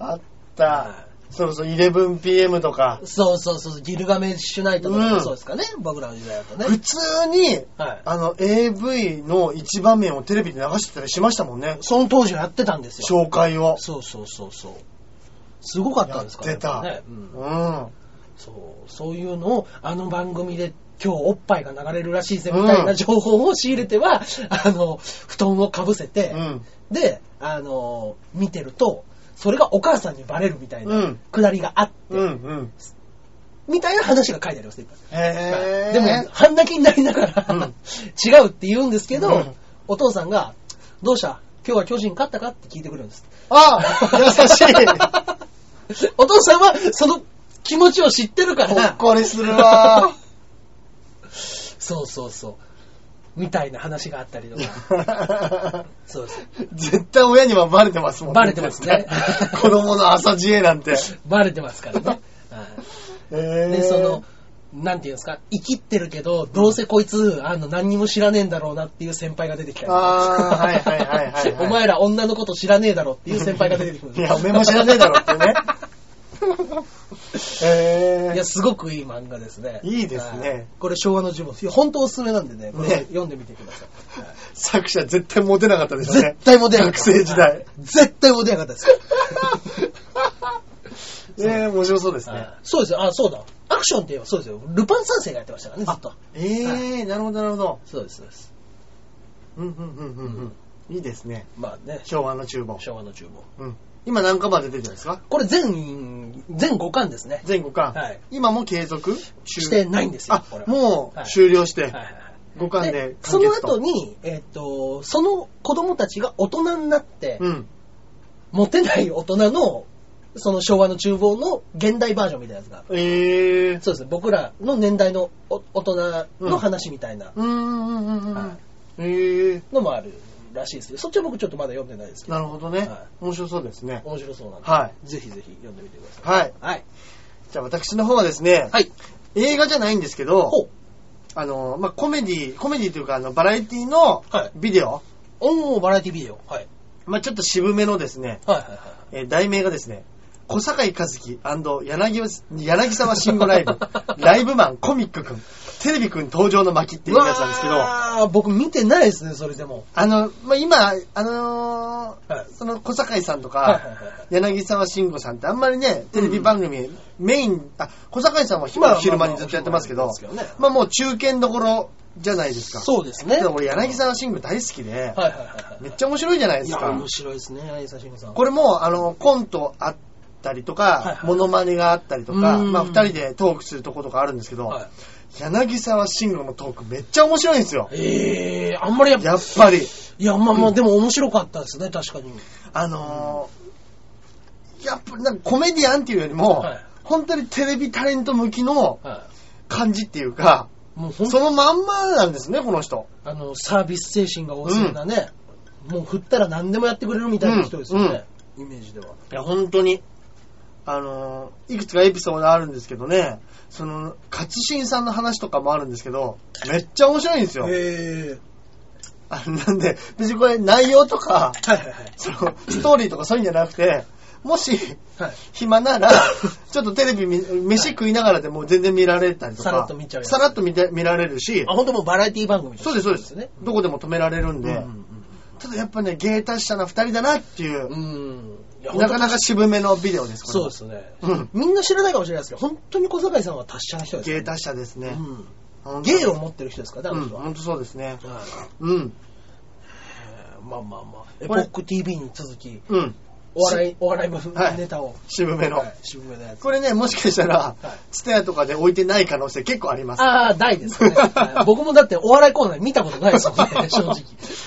[SPEAKER 2] あった。それこそ 11pm とか、
[SPEAKER 1] そうそうそう、ギルガメッシュナイトとか
[SPEAKER 2] う
[SPEAKER 1] も
[SPEAKER 2] ん
[SPEAKER 1] そうですかね、僕らの時代だと
[SPEAKER 2] 普
[SPEAKER 1] ね。
[SPEAKER 2] 通に、
[SPEAKER 1] はい。
[SPEAKER 2] あの、AV の一場面をテレビで流してたりしましたもんね。
[SPEAKER 1] その当時はやってたんですよ。
[SPEAKER 2] 紹介を。
[SPEAKER 1] そうそうそうそう。すごかったんですから
[SPEAKER 2] やってた
[SPEAKER 1] ね。う
[SPEAKER 2] うんん。
[SPEAKER 1] そう、そういうのを、あの番組で、今日おっぱいが流れるらしいぜ、みたいな情報を仕入れては、あの、布団をかぶせて、
[SPEAKER 2] うん。、
[SPEAKER 1] で、あの、見てると、それがお母さんにバレるみたいうなんくだりがあって、
[SPEAKER 2] うん。うん。
[SPEAKER 1] みたいな話が書いてあります、ね、
[SPEAKER 2] へ
[SPEAKER 1] でも、半泣きになりながら、
[SPEAKER 2] うん
[SPEAKER 1] <laughs> 違うって言うんですけど、
[SPEAKER 2] うん
[SPEAKER 1] お父さんが、どうした今日は巨人勝ったかって聞いてくるんです。
[SPEAKER 2] あ優し
[SPEAKER 1] <laughs>
[SPEAKER 2] い
[SPEAKER 1] お父さんは、その気持ちを知ってるか
[SPEAKER 2] ほ
[SPEAKER 1] ら
[SPEAKER 2] っ、こりするわ。
[SPEAKER 1] <laughs> そうそうそう。みたいな話があったりとか。そうです。
[SPEAKER 2] 絶対親にはバレてますもん
[SPEAKER 1] バレてますね
[SPEAKER 2] 絶 <laughs> 対子供の朝知恵なんて。
[SPEAKER 1] バレてますからね。は
[SPEAKER 2] え
[SPEAKER 1] い <laughs> で、その、なんていうんですか、生きってるけど、どうせこいつ、あの、何にも知らねえんだろうなっていう先輩が出てきたりとか
[SPEAKER 2] あーはいはいはいはいはい
[SPEAKER 1] <laughs> お前ら女のこと知らねえだろっていう先輩が出てくるん
[SPEAKER 2] い
[SPEAKER 1] です
[SPEAKER 2] や、おめも知らねえだろっていう
[SPEAKER 1] <laughs>
[SPEAKER 2] ね。えー
[SPEAKER 1] いや、すごくいい漫画ですね。
[SPEAKER 2] いいですね
[SPEAKER 1] はこれ昭和の呪文。いや本当おすすめなんでね、これ
[SPEAKER 2] ね
[SPEAKER 1] 読んでみてください。はい
[SPEAKER 2] 作者絶対モテなかったでしょうね
[SPEAKER 1] <laughs> <laughs> 絶。対モテなかった。
[SPEAKER 2] 学生時代。
[SPEAKER 1] 絶対モテなかったです。
[SPEAKER 2] えー、面白そうですね。
[SPEAKER 1] はいそうですよ。あ、そうだ。アクションって言えばそうですよ。ルパン三世がやってましたからね、ずっと。
[SPEAKER 2] えー、なるほどなるほど。
[SPEAKER 1] そうです、そうです。
[SPEAKER 2] うんうんうんうんうん。いいですね。
[SPEAKER 1] まあね、
[SPEAKER 2] 昭和の厨房。
[SPEAKER 1] 昭和の厨房。
[SPEAKER 2] うん。今何巻まで出てるんですか
[SPEAKER 1] これ全、全5巻ですね。
[SPEAKER 2] 全5巻。
[SPEAKER 1] はい
[SPEAKER 2] 今も継続
[SPEAKER 1] してないんですよ
[SPEAKER 2] あ
[SPEAKER 1] これ、は
[SPEAKER 2] も
[SPEAKER 1] は
[SPEAKER 2] う
[SPEAKER 1] い
[SPEAKER 2] 終了して、
[SPEAKER 1] はいはい
[SPEAKER 2] 5巻
[SPEAKER 1] はい
[SPEAKER 2] で
[SPEAKER 1] そ
[SPEAKER 2] 完
[SPEAKER 1] の
[SPEAKER 2] 結と。
[SPEAKER 1] 後に、えっ、と、その子供たちが大人になって、
[SPEAKER 2] うん。
[SPEAKER 1] モテない大人の、その昭和の厨房の現代バージョンみたいなやつが、
[SPEAKER 2] えー。
[SPEAKER 1] そうですね、僕らの年代のお大人の話みたいな
[SPEAKER 2] うーんうんうんうん。
[SPEAKER 1] は
[SPEAKER 2] えー。
[SPEAKER 1] のもあるらしいですけど、そっちは僕ちょっとまだ読んでないですけど、
[SPEAKER 2] なるほどね。
[SPEAKER 1] は
[SPEAKER 2] 面白そうですね。
[SPEAKER 1] 面白そうなんで、
[SPEAKER 2] は
[SPEAKER 1] ぜひぜひ読んでみてください。
[SPEAKER 2] はい。
[SPEAKER 1] はい。
[SPEAKER 2] じゃあ私の方はですね、
[SPEAKER 1] はい。
[SPEAKER 2] 映画じゃないんですけど、
[SPEAKER 1] ほう。
[SPEAKER 2] あの、まあ、コメディ、コメディというか、あの、バラエティの
[SPEAKER 1] はい
[SPEAKER 2] ビデオ、
[SPEAKER 1] おー、バラエティビデオ。はい。
[SPEAKER 2] まあ、ちょっと渋めのですね、
[SPEAKER 1] はいはいはい。
[SPEAKER 2] えー題名がですね、小坂井和樹柳を柳沢慎吾ラ
[SPEAKER 1] <laughs>
[SPEAKER 2] イブ、ライブマン、コミックくん、テレビくん登場の巻っていうやつなんですけど、
[SPEAKER 1] ああ、僕見てないですね、それでも。
[SPEAKER 2] あの、まあ、今、あのー
[SPEAKER 1] はい
[SPEAKER 2] その小坂井さんとか、
[SPEAKER 1] はいはいはいはい
[SPEAKER 2] 柳沢慎吾さんってあんまりね、テレビ番組、メイン、あ、小坂井さんは
[SPEAKER 1] まあまあまあ
[SPEAKER 2] 昼間にずっとやってますけど、
[SPEAKER 1] 昼間にやってますけどね
[SPEAKER 2] まあもう中堅どころじゃないですか。
[SPEAKER 1] そうですね。
[SPEAKER 2] で俺、柳沢慎吾大好きで、
[SPEAKER 1] はいはいはいはい。
[SPEAKER 2] めっちゃ面白いじゃないで
[SPEAKER 1] い
[SPEAKER 2] す
[SPEAKER 1] や、
[SPEAKER 2] か
[SPEAKER 1] 面。白いですね、柳沢慎吾さん。
[SPEAKER 2] これも、あの、コントあったりと
[SPEAKER 1] はいはい
[SPEAKER 2] か、モノマネがあったりとか、
[SPEAKER 1] うん
[SPEAKER 2] まあ二人でトークするとことかあるんですけど、
[SPEAKER 1] はい、
[SPEAKER 2] 柳沢慎吾のトークめっちゃ面白いんですよ。
[SPEAKER 1] ええあんまりやっぱ、
[SPEAKER 2] やっぱり。
[SPEAKER 1] いや、まあまあ、でも面白かったですね、確かに。
[SPEAKER 2] あのーやっぱなんかコメディアンっていうよりも、
[SPEAKER 1] はい
[SPEAKER 2] 本当にテレビタレント向きの
[SPEAKER 1] は
[SPEAKER 2] 感じっていうか、
[SPEAKER 1] い。もう本当
[SPEAKER 2] そのまんまなんですね、この人。
[SPEAKER 1] あの、サービス精神が旺盛なね、もう振ったら何でもやってくれるみたいな人ですよね、イメージでは。
[SPEAKER 2] いや、本当に。あのーいくつかエピソードあるんですけどね、その、勝新さんの話とかもあるんですけど、めっちゃ面白いんですよ。
[SPEAKER 1] ええ
[SPEAKER 2] あなんで、別にこれ内容とか、
[SPEAKER 1] はいはいはい。
[SPEAKER 2] その、ストーリーとかそういうんじゃなくて、もし、
[SPEAKER 1] はい。
[SPEAKER 2] 暇なら、ちょっとテレビ見、飯食いながらでも全然見られたりとか。
[SPEAKER 1] さらっと見ちゃうやつ
[SPEAKER 2] さらっと見て見られるし
[SPEAKER 1] あ、、本当もうバラエティ番組とか
[SPEAKER 2] そうです、そうです。
[SPEAKER 1] ね。
[SPEAKER 2] どこでも止められるん
[SPEAKER 1] うんう
[SPEAKER 2] で、
[SPEAKER 1] ん
[SPEAKER 2] ただやっぱね、芸達者な二人だなっていう
[SPEAKER 1] う、ん。うん。いや
[SPEAKER 2] なかなか渋めのビデオです、これ
[SPEAKER 1] そう
[SPEAKER 2] は
[SPEAKER 1] ですね。
[SPEAKER 2] うん
[SPEAKER 1] みんな知らないかもしれないですけど、本当に小坂井さんは達者な人です、
[SPEAKER 2] 芸達者ですね。
[SPEAKER 1] うん。芸を
[SPEAKER 2] 持
[SPEAKER 1] 持ってる人ですから
[SPEAKER 2] うん、
[SPEAKER 1] ね、あの人は。
[SPEAKER 2] ほんとそうですね。
[SPEAKER 1] はい
[SPEAKER 2] うん、
[SPEAKER 1] まあまあまあ、エ
[SPEAKER 2] こ
[SPEAKER 1] ポ
[SPEAKER 2] れ
[SPEAKER 1] ック TV に続き、
[SPEAKER 2] うん、
[SPEAKER 1] お笑い、お笑いも
[SPEAKER 2] はい
[SPEAKER 1] ネタを、
[SPEAKER 2] 渋めの。
[SPEAKER 1] はい渋めのやつ。
[SPEAKER 2] これね、もしかしたら
[SPEAKER 1] はい、
[SPEAKER 2] ツタヤとかで置いてない可能性結構あります。
[SPEAKER 1] ああ、大ですね。はい僕もだってお笑いコーナー見たことないです
[SPEAKER 2] <laughs>
[SPEAKER 1] もんね、正直。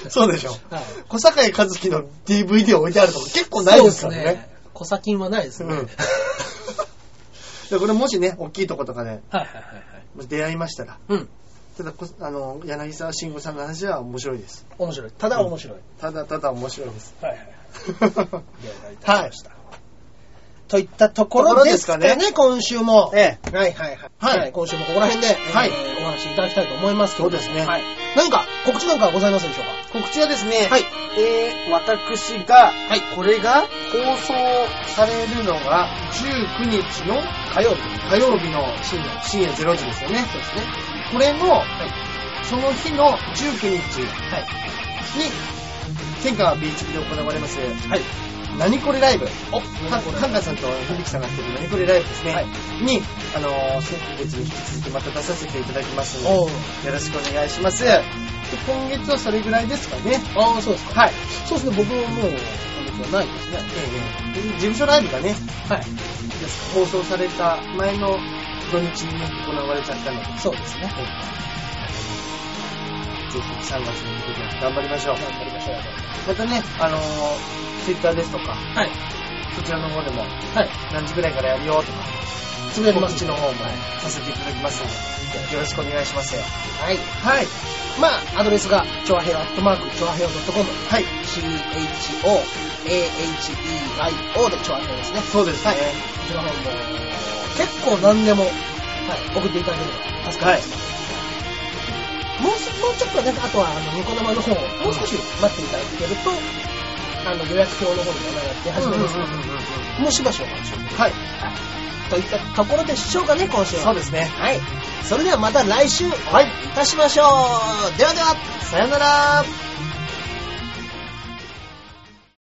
[SPEAKER 2] そうでしょ。
[SPEAKER 1] はい
[SPEAKER 2] 小坂井和樹の DVD 置いてあるとこ結構ないですから
[SPEAKER 1] そう
[SPEAKER 2] ね。。
[SPEAKER 1] 小砂金はないです
[SPEAKER 2] う
[SPEAKER 1] ね。<laughs> はい
[SPEAKER 2] んでこれもしね、大きいとことかで
[SPEAKER 1] はいはいはい。
[SPEAKER 2] もし出会いましたら、
[SPEAKER 1] うん。
[SPEAKER 2] ただこ、あの、柳沢慎吾さんの話は面白いです。
[SPEAKER 1] 面白い。ただ面白い。
[SPEAKER 2] ただただ面白い
[SPEAKER 1] <laughs>
[SPEAKER 2] です。
[SPEAKER 1] はいはい。了解いたし
[SPEAKER 2] は
[SPEAKER 1] ました。といったところですかね、
[SPEAKER 2] ところです
[SPEAKER 1] 今週も。
[SPEAKER 2] え
[SPEAKER 1] はいはいはい。
[SPEAKER 2] はい
[SPEAKER 1] 今週もここら辺で、
[SPEAKER 2] はい
[SPEAKER 1] えーお話いただきたいと思いますけれども
[SPEAKER 3] そうですね
[SPEAKER 1] はい。何か告知なんかございますでしょうか
[SPEAKER 2] 告知はですね、
[SPEAKER 1] はい
[SPEAKER 2] えー、私が、
[SPEAKER 1] はい
[SPEAKER 2] これが放送されるのが19日の
[SPEAKER 1] 火曜日。
[SPEAKER 2] 火曜日の
[SPEAKER 1] 深夜。
[SPEAKER 2] 深夜0時ですよね。
[SPEAKER 1] そうですね。
[SPEAKER 2] これの、
[SPEAKER 1] い
[SPEAKER 2] その日の19日
[SPEAKER 1] はい。
[SPEAKER 2] に、天下ビーチ部で行われます、
[SPEAKER 1] はい。
[SPEAKER 2] 何これライブ。
[SPEAKER 1] お、
[SPEAKER 2] カンカンカンさんと響さんがやってる何これライブですね。
[SPEAKER 1] はい
[SPEAKER 2] に、あのー、先月に引き続きまた出させていただきますので、
[SPEAKER 1] お
[SPEAKER 2] よ
[SPEAKER 1] ー
[SPEAKER 2] ろしくお願いします。で今月はそれぐらいですかね。
[SPEAKER 1] ああ、そうですか。
[SPEAKER 2] はい。
[SPEAKER 1] そうですね、僕ももう、今月はないです
[SPEAKER 2] え
[SPEAKER 1] ね。
[SPEAKER 2] ー事務所ライブがね、
[SPEAKER 1] はい。
[SPEAKER 2] 放送された前の土日に行われちゃったので、
[SPEAKER 1] そうですね。
[SPEAKER 2] ぜひ3月に向けて頑張りましょう。
[SPEAKER 1] 頑張りましょう。
[SPEAKER 2] またね、あのー、Twitter ですとか、
[SPEAKER 1] はい。
[SPEAKER 2] そちらの方でも
[SPEAKER 1] はい。
[SPEAKER 2] 何時ぐらいからやるよとか、
[SPEAKER 1] つぶやきま
[SPEAKER 2] 告
[SPEAKER 1] す。
[SPEAKER 2] 知の方も
[SPEAKER 1] はい
[SPEAKER 2] させていただきますので、よろしくお願いしますよ。
[SPEAKER 1] はい。
[SPEAKER 2] はい。
[SPEAKER 1] まあ、アドレスが、ちょわへよ、アットマーク、ちょわへよ .com。
[SPEAKER 2] はい。
[SPEAKER 1] CHOAHEIO でちょわへよですね。
[SPEAKER 2] そうですね。
[SPEAKER 1] はいこちらの方も、結構何でも、はい、送っていただければ助かります。もうすもうちょっとね、あとは、あの、ニコ生の方、もう少し待っていただけると、あの、予約表の方に名前が出始めますので、もうしばしお待ちを。
[SPEAKER 2] はい。
[SPEAKER 1] といったところでしょうかね、今週は。
[SPEAKER 2] そうですね。
[SPEAKER 1] はい。それではまた来週、お会いいたしましょう。ではでは、
[SPEAKER 2] さよなら。